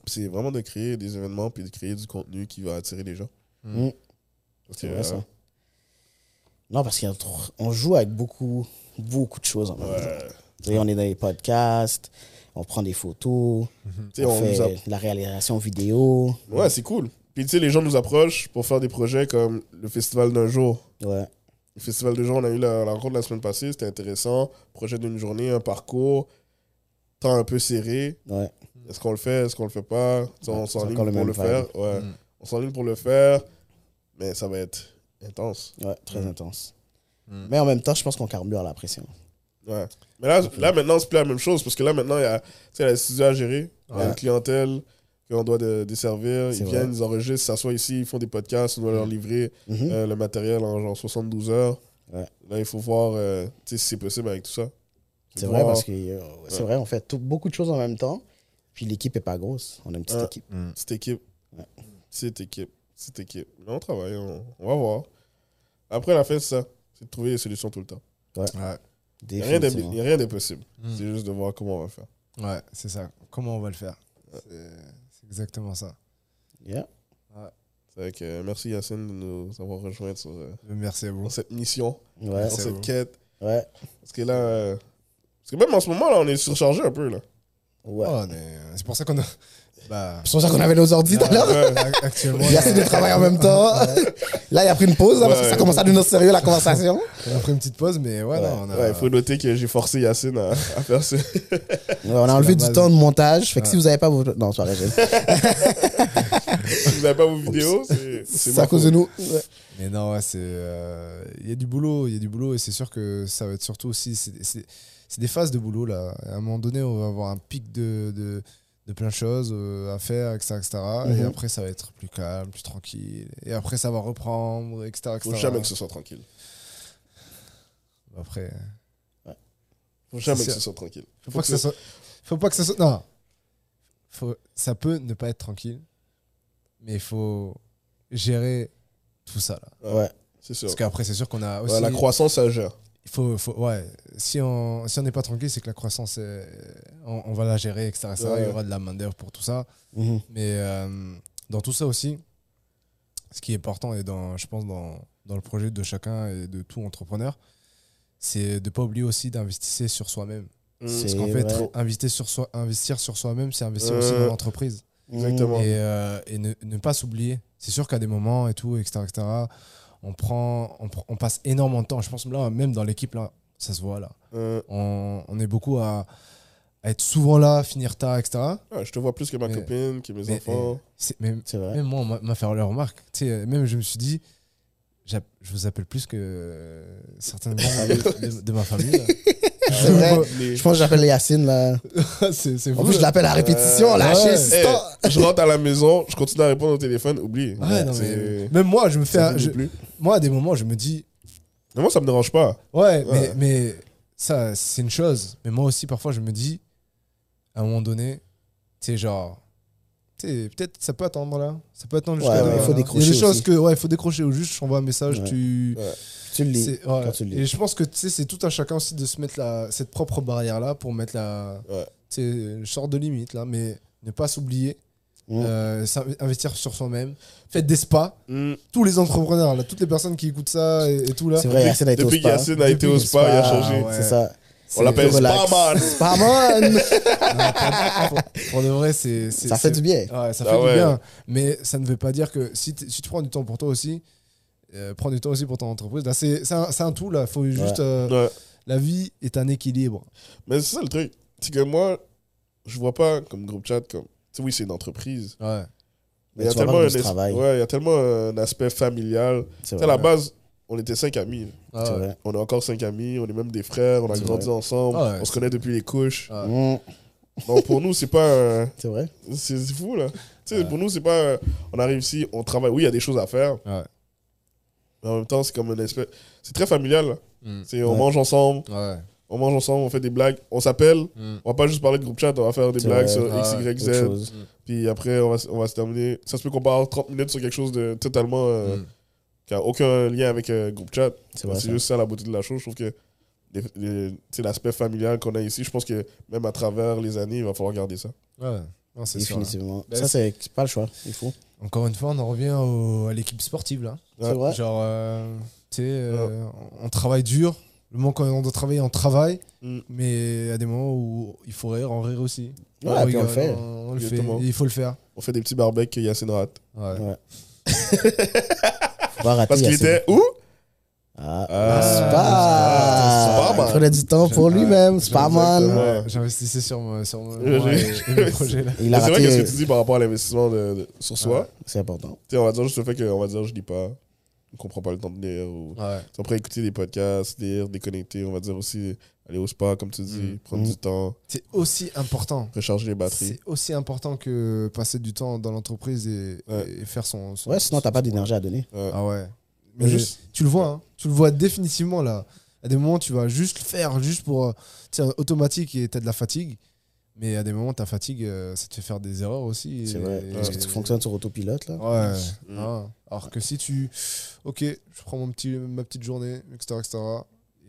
Puis C'est vraiment de créer des événements puis de créer du contenu qui va attirer les gens.
Mm.
Parce
C'est
que,
vrai,
euh,
ça. Non, parce qu'on joue avec beaucoup, beaucoup de choses en même temps.
ouais.
Tu sais, On est dans les podcasts, on prend des photos,
Tu sais,
on,
on
fait
nous a-
de la réalisation vidéo.
Ouais, c'est cool. Puis tu sais, les gens nous approchent pour faire des projets comme le festival d'un jour.
Ouais.
Le festival d'un jour, on a eu la, la rencontre la semaine passée, c'était intéressant. Projet d'une journée, un parcours, temps un peu serré.
Ouais.
Est-ce qu'on le fait, est-ce qu'on le fait pas Tu sais,
Ouais,
On
Mm. c'est
s'enligne
encore
pour le,
le même vibe.
faire. Ouais.
Mm.
On s'enligne pour le faire, mais ça va être intense.
Ouais, très intense.
Mm.
Mais en même temps, je pense qu'on carbure à la pression.
Ouais. Mais là, là maintenant, c'est plus la même chose parce que là, maintenant, il y a, tu sais, il y a des studios à gérer, il y a
Ouais.
une clientèle qu'on doit de- desservir.
C'est
Ils
vrai.
viennent, ils enregistrent, s'assoient ici, ils font des podcasts, on doit leur livrer.
Mhm.
euh, le matériel en genre 72 heures.
Ouais.
Là, il faut voir euh, tu sais, si c'est possible avec tout ça.
c'est
Faut
vrai,
voir.
parce que euh, c'est
Ouais.
vrai, on fait tout- beaucoup de choses en même temps. Puis l'équipe est pas grosse. On a une petite
Ouais.
équipe.
Mm.
Petite équipe.
Ouais.
Petite équipe. Petite équipe. Mais on travaille, on, on va voir. Après, la fin, c'est ça. C'est de trouver des solutions tout le temps.
Ouais.
Il n'y a rien d'im-
Définitivement.
y a rien d'impossible.
Mm.
C'est juste de voir comment on va faire.
Ouais, c'est ça. Comment on va le faire C'est c'est exactement ça.
Yeah.
C'est vrai que, euh, merci Yacine de nous avoir rejoints sur, euh,
Merci à vous.
dans cette mission,
Ouais.
dans
C'est
cette
vous.
quête.
Ouais.
Parce que là, euh, parce que même en ce moment, là, on est surchargé un peu. Là.
Ouais.
Oh, on est- C'est pour ça qu'on a. Bah.
C'est pour ça qu'on avait nos ordi tout à l'heure.
Ouais, ac- actuellement,
Il y a assez de travail en même temps. Là, il a pris une pause, là, parce que
Ouais.
ça commence à devenir sérieux, la conversation.
on a pris une petite pause, mais ouais,
Ouais.
non, on
Il
a.
faut noter que j'ai forcé Yacine à, à faire ce.
Ouais, on a enlevé
la
du
base.
temps de montage. Fait que
Ouais.
si vous n'avez pas vos. Non, soirée, j'ai-
si vous n'avez pas vos vidéos, c'est
c'est
ma
à cause de
faute.
nous. Ouais.
Mais non, ouais, c'est. euh, Il y a du boulot, il y a du boulot, et c'est sûr que ça va être surtout aussi. c'est- C'est c'est des phases de boulot, là. À un moment donné, on va avoir un pic de, de, de plein de choses euh, à faire, etc. etc. Et
Mhm.
après, ça va être plus calme, plus tranquille. Et après, ça va reprendre, etc. etc.
Faut jamais que ce soit tranquille.
Après.
Faut jamais
C'est
que
ça.
ce soit tranquille.
Faut pas que ça soit. Faut pas que ça soit. Non. Faut... Ça peut ne pas être tranquille, mais il faut gérer tout ça là.
Ouais.
C'est sûr.
Parce qu'après, c'est sûr qu'on a aussi.
Ouais, la croissance, ça gère.
il faut, faut- ouais. Si on si on n'est pas tranquille, c'est que la croissance, est- on, on va la gérer, etc. etc.
Ouais. Mm-hmm.
Il y aura de la main d'œuvre pour tout ça.
Mhm.
Mais euh, dans tout ça aussi, ce qui est important et dans, je pense dans, dans le projet de chacun et de tout entrepreneur, c'est de pas oublier aussi d'investir sur soi-même.
C'est-
Mm.
Parce qu'en fait,
vrai.
investir sur, soi, investir sur soi-même, c'est investir
Euh,
aussi dans l'entreprise.
Exactement.
Et, euh, et ne, ne pas s'oublier. C'est sûr qu'à des moments et tout, etc., etc., on, prend, on, pr- on passe énormément de temps. Je pense que là, même dans l'équipe, là, ça se voit. là.
Euh,
On, on est beaucoup à, à être souvent là, finir tard, etc.
ah, je te vois plus que ma
Mais-
copine, que mes
mais-
enfants.
C'est- mais
C'est vrai.
même moi, on m'a- m'a fait la remarque. Tu sais, même je me suis dit, j'app- je vous appelle plus que euh, certains membres de, de- de ma famille. là.
C'est vrai.
Les-
Je pense que j'appelle Yacine, là.
c'est c'est
En
fou,
plus, je
là.
l'appelle à répétition,
Euh,
la
ouais.
chaise.
Hey, je rentre à la maison, je continue à répondre au téléphone, oublie.
Ouais, non, mais
C'est-
même moi, je me fais.
ça
un-
finit
je-
plus.
moi, à des moments, je me dis,
Mais moi, ça me dérange pas. Ouais.
Ouais, Mais, mais ça, c'est une chose. Mais moi aussi, parfois, je me dis, à un moment donné, tu sais, genre, tu sais, peut-être ça peut attendre là. Ça peut attendre jusqu'à.
ouais,
demain,
il faut
là.
décrocher
Il y a des choses
aussi.
que, ouais, il faut décrocher ou juste, je t'envoie un message,
Ouais.
tu.
Ouais.
Tu le lis.
c'est- ouais.
quand tu le lis.
Et je pense que, tu sais, c'est tout à chacun aussi de se mettre la, cette propre barrière là pour mettre la.
Ouais.
Tu sais, une sorte de limite là, mais ne pas s'oublier
Mm.
euh, s'in- investir sur soi-même. Faites des spas.
Mm.
Tous les entrepreneurs, là, toutes les personnes qui écoutent ça et, et tout là.
C'est vrai, Yacine a été au
Depuis
spa.
Yacine a été au spa, il a changé.
ouais.
C'est ça.
On l'appelle
relax.
Spa-man.
Spaman
Pour de vrai, c'est. c'est-
Ça fait
c'est-
du bien.
Ouais, ça
Ah
fait du
ouais.
bien. Mais ça ne veut pas dire que si, t- si tu prends du temps pour toi aussi, euh, prends du temps aussi pour ton entreprise. Là, c'est c'est un, c'est un tout, là. Faut juste. euh,
Ouais.
La vie est un équilibre.
Mais c'est ça le truc. C'est que moi, je vois pas comme groupe chat comme. tu sais, oui, c'est une entreprise.
Ouais.
Mais il
Mais
y a
tu vois
tellement
pas
un
que je
as-
travaille.
ouais, il y a tellement un aspect familial.
C'est
Tu sais, à
vrai.
la base, on était cinq amis.
Ah
C'est
ouais.
vrai.
On est encore cinq amis, on est même des frères, on a
C'est
grandi
vrai.
ensemble,
Ah ouais,
on se
c'est
connaît depuis les couches.
Ah.
Mm,
Donc pour nous, c'est pas. un-
C'est vrai.
C'est c'est fou, là. Tu sais,
Ouais.
pour nous, c'est pas. un- On arrive ici, on travaille. Oui, il y a des choses à faire.
Ouais.
Mais en même temps, c'est comme un espèce. C'est très familial. là.
Mm.
C'est on
Ouais.
mange ensemble,
Ouais.
on mange ensemble, on fait des blagues, on s'appelle.
Mm.
On va pas juste parler de groupe chat, on va faire des
C'est
blagues
vrai, Ah,
sur
ouais,
X, Y,
Autre
Z.
chose.
Puis après, on va, s- on va se terminer. Ça se peut qu'on parle 30 minutes sur quelque chose de totalement. euh,
Mm.
qui a aucun lien avec euh, groupe chat.
C'est vrai.
C'est
ça.
juste ça la beauté de la chose. Je trouve que les- les- c'est l'aspect familial qu'on a ici. Je pense que même à travers les années, il va falloir garder ça.
Ouais. Non, c'est
hein.
sûr, là.
Définitivement.
Ben,
Ça, c'est c'est pas le choix. Il faut.
Encore une fois, on en revient au- à l'équipe sportive là.
Ouais.
C'est vrai.
Genre, euh, tu sais, euh, on- on travaille dur. Le moment qu'on doit travailler, on travaille.
Mm.
Mais il y a des moments où il faut rire, on rire aussi.
Ouais, puis on
rigole,
le fait.
On, on le fait.
Exactement.
Il faut le faire.
On fait des petits barbecues que Yacine rate.
Ouais.
Ouais. Faut pas rater.
Parce qu'il
Yacine.
était où
Ah,
Ah,
spa.
c'est pas mal.
Il prenait du temps pour lui-même. Spaman.
Exactement.
Ouais, Euh, J'investissais sur, moi- sur moi moi et,
J'ai-
et mes projets là.
Il
Mais
a
C'est vrai qu'est-ce
euh,
raté.
que tu dis par rapport à l'investissement de- de- sur soi.
C'est important.
Tu sais, on va dire juste le fait qu'on va dire je lis pas, qu'on prend pas le temps de lire. Ou...
Ouais.
Tu sais, Après, écouter des podcasts, lire, déconnecter. On va dire aussi aller au spa, comme tu dis,
Mm.
prendre
Mm.
du temps,
C'est aussi important.
recharger les batteries.
C'est aussi important que passer du temps dans l'entreprise et,
Ouais.
et faire son. son-
Ouais, sinon, t'as
son-
pas d'énergie à donner.
Ouais.
Ah ouais.
Mais
Mais
juste-
tu le vois, hein. tu le vois définitivement là. À des moments, tu vas juste le faire, juste pour. euh, Tu sais, automatique et t'as de la fatigue. Mais à des moments, ta fatigue, euh, ça te fait faire des erreurs aussi.
C'est
et-
vrai.
et-
Parce que tu fonctionnes sur autopilote, là.
Ouais.
Mm.
Ah. Alors que si tu. Ok, je prends mon petit, ma petite journée, etc., etc.,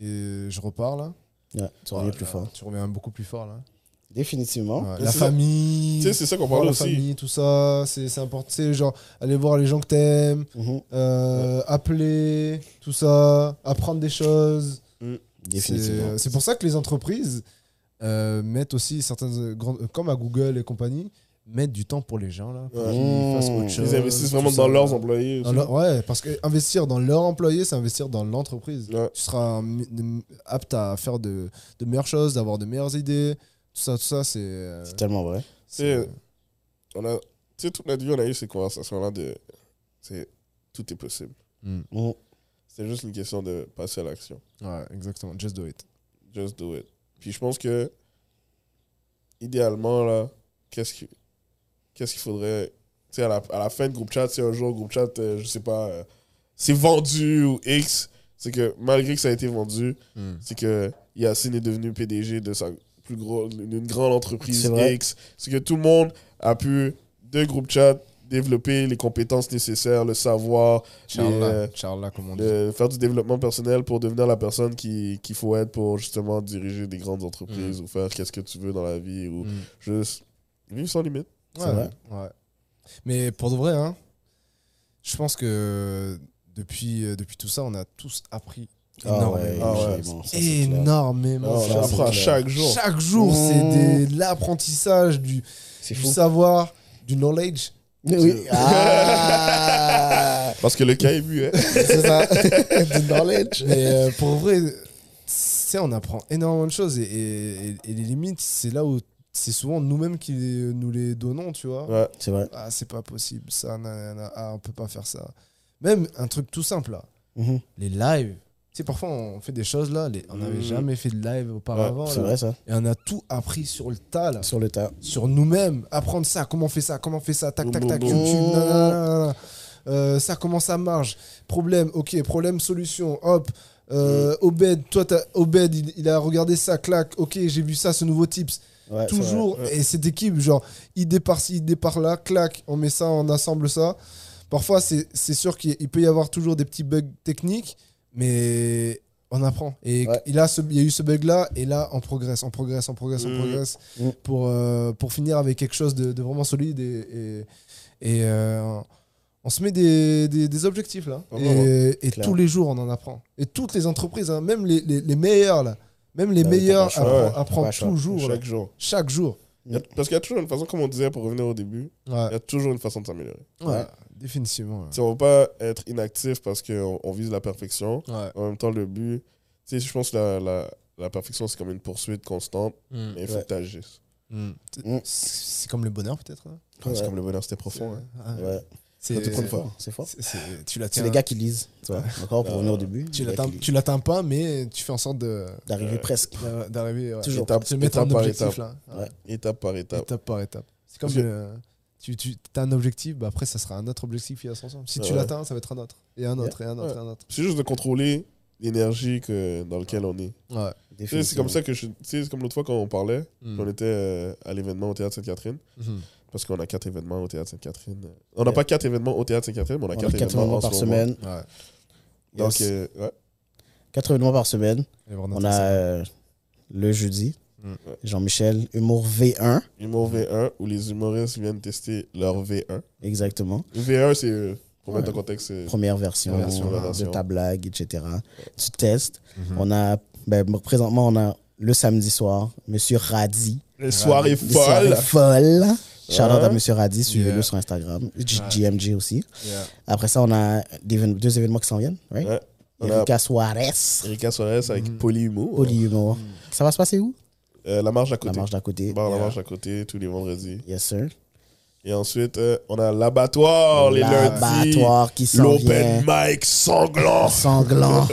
et je repars là.
Ouais, tu reviens
Ah,
plus
là,
fort. Ah,
Tu reviens beaucoup plus fort là.
Définitivement.
Ouais,
Mais
La
c'est ça.
famille.
Tu sais, c'est ça qu'on
voir
parle
la
aussi.
famille, tout ça, c'est c'est important. Tu sais, genre, aller voir les gens que t'aimes,
Mhm.
euh, appeler, tout ça, apprendre des choses.
Définitivement.
C'est c'est pour ça que les entreprises euh, mettent aussi certaines euh, grandes, comme à Google et compagnie, mettent du temps pour les gens là. pour
Ouais.
qu'ils fassent autre
Ils
Ils
chose,
investissent
tout
vraiment
ça.
dans leurs employés.
Dans
aussi.
leur- ouais, parce que investir dans leur employé, c'est investir dans l'entreprise.
Ouais.
Tu seras m- apte à faire de, de meilleures choses, d'avoir de meilleures idées. Tout ça, tout ça, c'est. euh,
C'est tellement vrai.
C'est- On a, tu sais, toute notre vie, on a eu ces conversations-là de. C'est tout est possible.
Mhm.
C'est juste une question de passer à l'action.
Ouais, exactement. Just do it.
Just do it. Puis je pense que, idéalement, là, qu'est-ce qui- qu'est-ce qu'il faudrait. Tu sais, à la, à la fin de groupe chat, si un jour groupe chat, euh, je sais pas, euh, c'est vendu ou X, c'est que malgré que ça a été vendu, c'est que Yacine est devenu PDG de sa plus gros, d'une grande
C'est
entreprise
vrai.
X. C'est que tout le monde a pu, de groupe chat, développer les compétences nécessaires, le savoir,
Charles,
euh,
là, Charles, là, comme on dit.
de faire du développement personnel pour devenir la personne qui- qu'il faut être pour justement diriger des grandes entreprises ou faire qu'est-ce que tu veux dans la vie ou
Mm.
juste vivre sans limite.
C'est
Ouais,
vrai.
ouais. Mais pour de vrai, hein, je pense que depuis, euh, depuis tout ça, on a tous appris
Ah ouais,
énormément.
Ah ouais.
énormément, ça, c'est clair. Oh,
Énormément.
Alors,
ça,
on
c'est
apprend à
clair.
chaque jour.
Chaque jour,
Mmh.
c'est des- de l'apprentissage, du,
C'est
du
fou.
savoir, du knowledge.
Oui. Ah
Parce que le cas est vu, hein.
C'est ça. du knowledge.
Mais euh, pour vrai, tu sais, on apprend énormément de choses et, et- et- et les limites, c'est là où c'est souvent nous-mêmes qui les- nous les donnons, tu vois.
Ouais.
C'est vrai.
Ah, c'est pas possible, ça, nanana, ah, on peut pas faire ça. Même un truc tout simple, là.
Mhm.
les lives. Tu sais, parfois, on fait des choses là, les- on n'avait
Mhm.
jamais fait de live auparavant.
Mm. C'est
là.
vrai, ça.
Et on a tout appris sur le tas, là.
Sur le tas.
Sur nous-mêmes. Apprendre ça, comment on fait ça, comment on fait ça, tac, tac, tac,
Mhm.
YouTube, nanana, nanana. Euh, ça, comment ça marche. Problème, ok, problème, solution, hop.
Mm.
Euh, Obed, toi, t'as- Obed, il, il a regardé ça, clac, ok, j'ai vu ça, ce nouveau tips.
Ouais, c'est vrai.
Toujours,
vrai.
et cette équipe, genre, idée par-ci, idée par-là, clac, on met ça, on assemble ça. Parfois, c'est c'est sûr qu'il il peut y avoir toujours des petits bugs techniques, mais on apprend. Et
Ouais.
il, a ce- il y a eu ce bug-là, et là, on progresse, on progresse, on progresse,
Mm.
on progresse,
Mm.
pour, euh, pour finir avec quelque chose de, de vraiment solide. Et, et, et, euh, on se met des, des- des objectifs, là.
Ouais,
et
ouais,
et
Clair.
tous les jours, on en apprend. Et toutes les entreprises, hein, même les, les- les meilleures, là, même les
Ouais,
meilleures
t'as pas le
choix.
apprennent
Ouais,
apprennent
t'as pas le choix.
toujours, là,
hein.
chaque jour.
chaque jour.
Il y a- parce qu'il y a toujours une façon, comme on disait pour revenir au début, il y a toujours une façon de s'améliorer.
Ouais,
Euh, Ouais.
définitivement. là.
Tu sais, on ne peut pas être inactif parce qu'on on vise la perfection.
Ouais.
En même temps, le but, tu sais, je pense que la, la, la perfection, c'est comme une poursuite constante, mais il faut
Ouais.
que tu agisses.
Mm.
Mm.
C'est comme le bonheur, peut-être. hein.
Ouais, C'est
Ouais.
comme le bonheur, c'était profond. hein.
Ah,
Ouais.
c'est-
Quand tu prends
c'est-
fort, c'est fort.
c'est- c'est- Tu l'atteins.
C'est les gars qui lisent, tu vois. Encore pour
Ouais.
revenir au début.
Tu
les gars
l'atteins,
qui lisent.
tu l'atteins pas, mais tu fais en sorte de
D'arriver presque.
d'a- d'arriver. Ouais.
Toujours.
Étape,
Tu mets un
étape par
objectif
étape,
là.
Ouais.
étape par étape.
Étape par étape. C'est comme
Parce que-
le- tu, tu as un objectif, bah après ça sera un autre objectif qui va s'ensemble. Si tu
Ouais.
l'atteins, ça va être un autre et un autre et un
Ouais.
autre et un autre.
C'est juste de contrôler l'énergie que- dans laquelle on est.
Ouais.
Tu sais, C'est comme ça que je. Tu sais, c'est comme l'autre fois quand on parlait,
Mm.
on était euh, à l'événement au Théâtre Sainte-Catherine,
Mhm.
parce qu'on a quatre événements au Théâtre Sainte-Catherine. On n'a
Ouais.
pas quatre événements au Théâtre Sainte-Catherine, mais on a
On a
quatre
80
événements en
par
ce moment.
semaine.
Ouais.
Donc,
Yes.
euh, ouais.
80 événements par semaine.
Allez voir
On
notre
a
ensemble.
euh, le jeudi,
Mm.
Jean-Michel, Humour V1,
Humour V1 où les humoristes viennent tester leur V1.
exactement.
V1, c'est euh, pour mettre
Ouais.
en contexte, euh, c'est
Première version,
Première version, la
de
version.
ta blague, etc. Tu testes.
Mhm.
On a, ben, bon, présentement, on a le samedi soir, Monsieur Radi.
les soirées
Des soirées
folles.
folles. Shout out
Ouais.
à Monsieur Radi, suivez-le
Yeah.
sur Instagram. J-
Ouais.
JMG aussi.
Yeah.
Après ça, on a des évén- deux événements qui s'en viennent, right?
Ouais. On a-
Erika Suarez,
Erika Suarez avec
Mhm.
Polyhumour.
Polyhumour. Ça va se passer où?
Euh, la marche à
La
Hmm. côté.
marche d'à côté.
Bar La
Yeah.
marche à côté tous les vendredis.
Yes, sir.
Et ensuite, euh, on a l'abattoir les lundis.
L'abattoir qui s'en vient.
L'open mic sanglant.
Sanglant.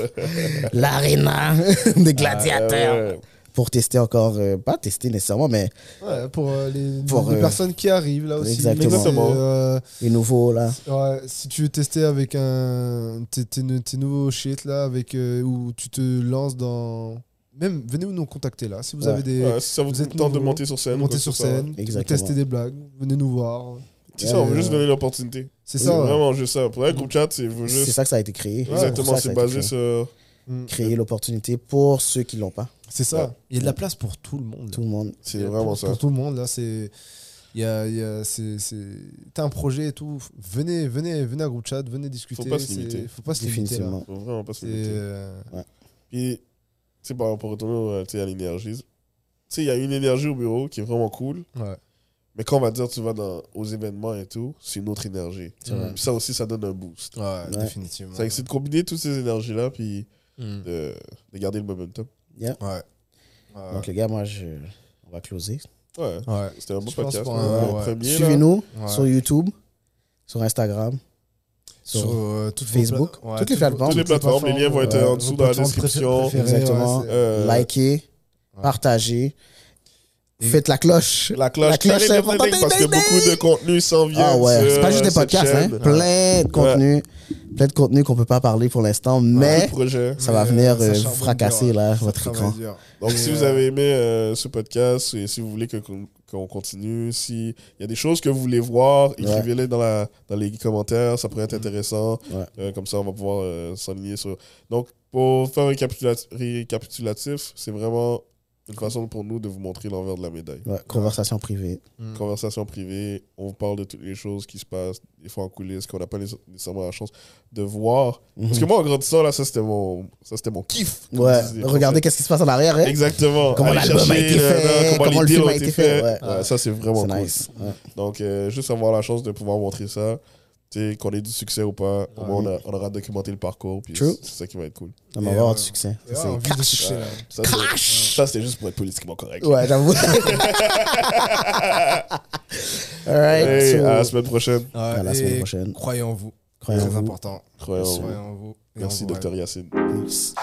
L'arena des gladiateurs.
Euh,
Pour tester encore, euh, pas tester nécessairement, mais
Ouais, pour euh, les,
Pour,
les
euh,
personnes qui arrivent là aussi.
exactement.
Exactement.
Euh,
les nouveaux là.
Ouais, si tu veux tester avec un tes, tes nou- tes nouveaux shit là, avec euh, où tu te lances dans même venez nous contacter là. Si vous
Ouais.
avez des
ouais, si Ah, ça vous,
Vous êtes
tente de
nouveau,
monter sur scène.
montées
quoi,
sur
ça va.
scène,
Exactement.
tester des blagues, venez nous voir.
Tu sais, hein. on veut
Euh,
juste donner l'opportunité.
C'est
C'est
ça. hein. ouais.
vraiment juste ça. Pour un groupe chat, c'est vous
C'est
juste.
ça que ça a été créé. pour ça
Exactement,
que ça a
c'est
été
basé
créé.
sur.
Mm.
Créer l'opportunité pour ceux qui l'ont pas.
C'est ça.
Ouais.
Il y a de la place pour tout le monde.
Tout le monde.
C'est
Il y a
vraiment
pour,
ça.
Pour tout le monde là, c'est il y a, il y a- c'est- c'est- t'as un projet et tout. Venez, venez, venez à groupe chat, venez discuter.
pas se
c'est-
limiter.
Faut pas se limiter. là.
Définitivement.
Faut vraiment pas se
C'est,
limiter.
euh,
Puis, c'est pour, pour retourner au- tu sais, à l'énergie. Tu sais, il y a une énergie au bureau qui est vraiment cool,
ouais.
mais quand on va dire tu vas dans, aux événements et tout, c'est une autre énergie.
vrai.
Puis ça aussi, ça donne un boost.
Ouais, définitivement.
C'est vrai que C'est de combiner toutes ces énergies-là, puis
Mm.
de, de garder le momentum.
Ouais. Ouais.
Donc les gars, moi, je... on va closer.
Ouais,
Ouais.
c'était un bon
Je pense
podcast.
qu'on-
hein,
ouais,
le
ouais.
premier, là.
Suivez-nous
Ouais.
sur YouTube, sur Instagram, sur,
sur, euh, toutes
Facebook,
vos pla- ouais,
toutes les plateformes.
Toutes les plateformes, les liens vont être euh, en
vos
dessous dans la
plateformes
description.
préférées,
Exactement.
ouais,
Euh,
likez,
Ouais.
partagez,
Et-
faites la cloche.
La cloche,
La cloche,
Ding, ding,
c'est
ding,
important.
ding, parce que
Ding, ding,
beaucoup de contenu s'en vient.
Ah ouais,
euh,
sur euh,
c'est pas juste des
cette
podcasts, hein.
chaîne.
Plein de contenu, plein de contenu qu'on peut pas parler pour l'instant,
Beaucoup
mais
de projets.
ça va
Mais
venir
ça
euh, vous
charbonne
fracasser
dur,
là
ça
votre
travaille
écran.
dur.
Donc,
Et,
si vous
euh,
avez aimé euh, ce podcast et si vous voulez que- qu'on qu'on continue, s'il y a des choses que vous voulez voir, écrivez-les dans, la- dans les commentaires. Ça pourrait être intéressant.
Ouais.
Euh, comme ça, on va pouvoir euh, s'enligner sur. Donc, pour faire un récapitula- récapitulatif, c'est vraiment une façon pour nous de vous montrer l'envers de la médaille.
Ouais, conversation privée.
Mm.
Conversation privée, on vous parle de toutes les choses qui se passent, des fois en coulisses, qu'on n'a pas nécessairement la chance de voir. Parce que moi, en grandissant, là, ça c'était mon, ça, c'était mon kiff. comme
Ouais,
disent les
regardez qu'est-ce qui se passe en arrière. hein.
Exactement.
Comment
Aller
l'album a
chercher
été fait,
comment, les
comment le
deals
film
ont
a été fait, ouais.
Ouais, Ça, c'est vraiment
C'est
cool.
nice. Ouais.
Donc, euh, juste avoir la chance de pouvoir montrer ça, tu sais, qu'on ait du succès ou pas, au moins on, a- on aura documenté le parcours, puis
True.
c'est c'est ça qui va être cool.
On va
Et,
avoir
euh,
du succès.
Ouais,
Ça,
on
c'est
vit de succès, là.
Ça, c'est- ça, c'était juste pour être politiquement correct.
Ouais, j'avoue. Alright.
Hey,
so-
à la semaine prochaine.
À la
Ouais,
semaine
et
prochaine.
Croyez en vous.
Croyez en
Très
vous.
important.
Croyez en vous.
Croyez en vous. Et en
Merci,
vous, ouais.
docteur Yacine.
Peace.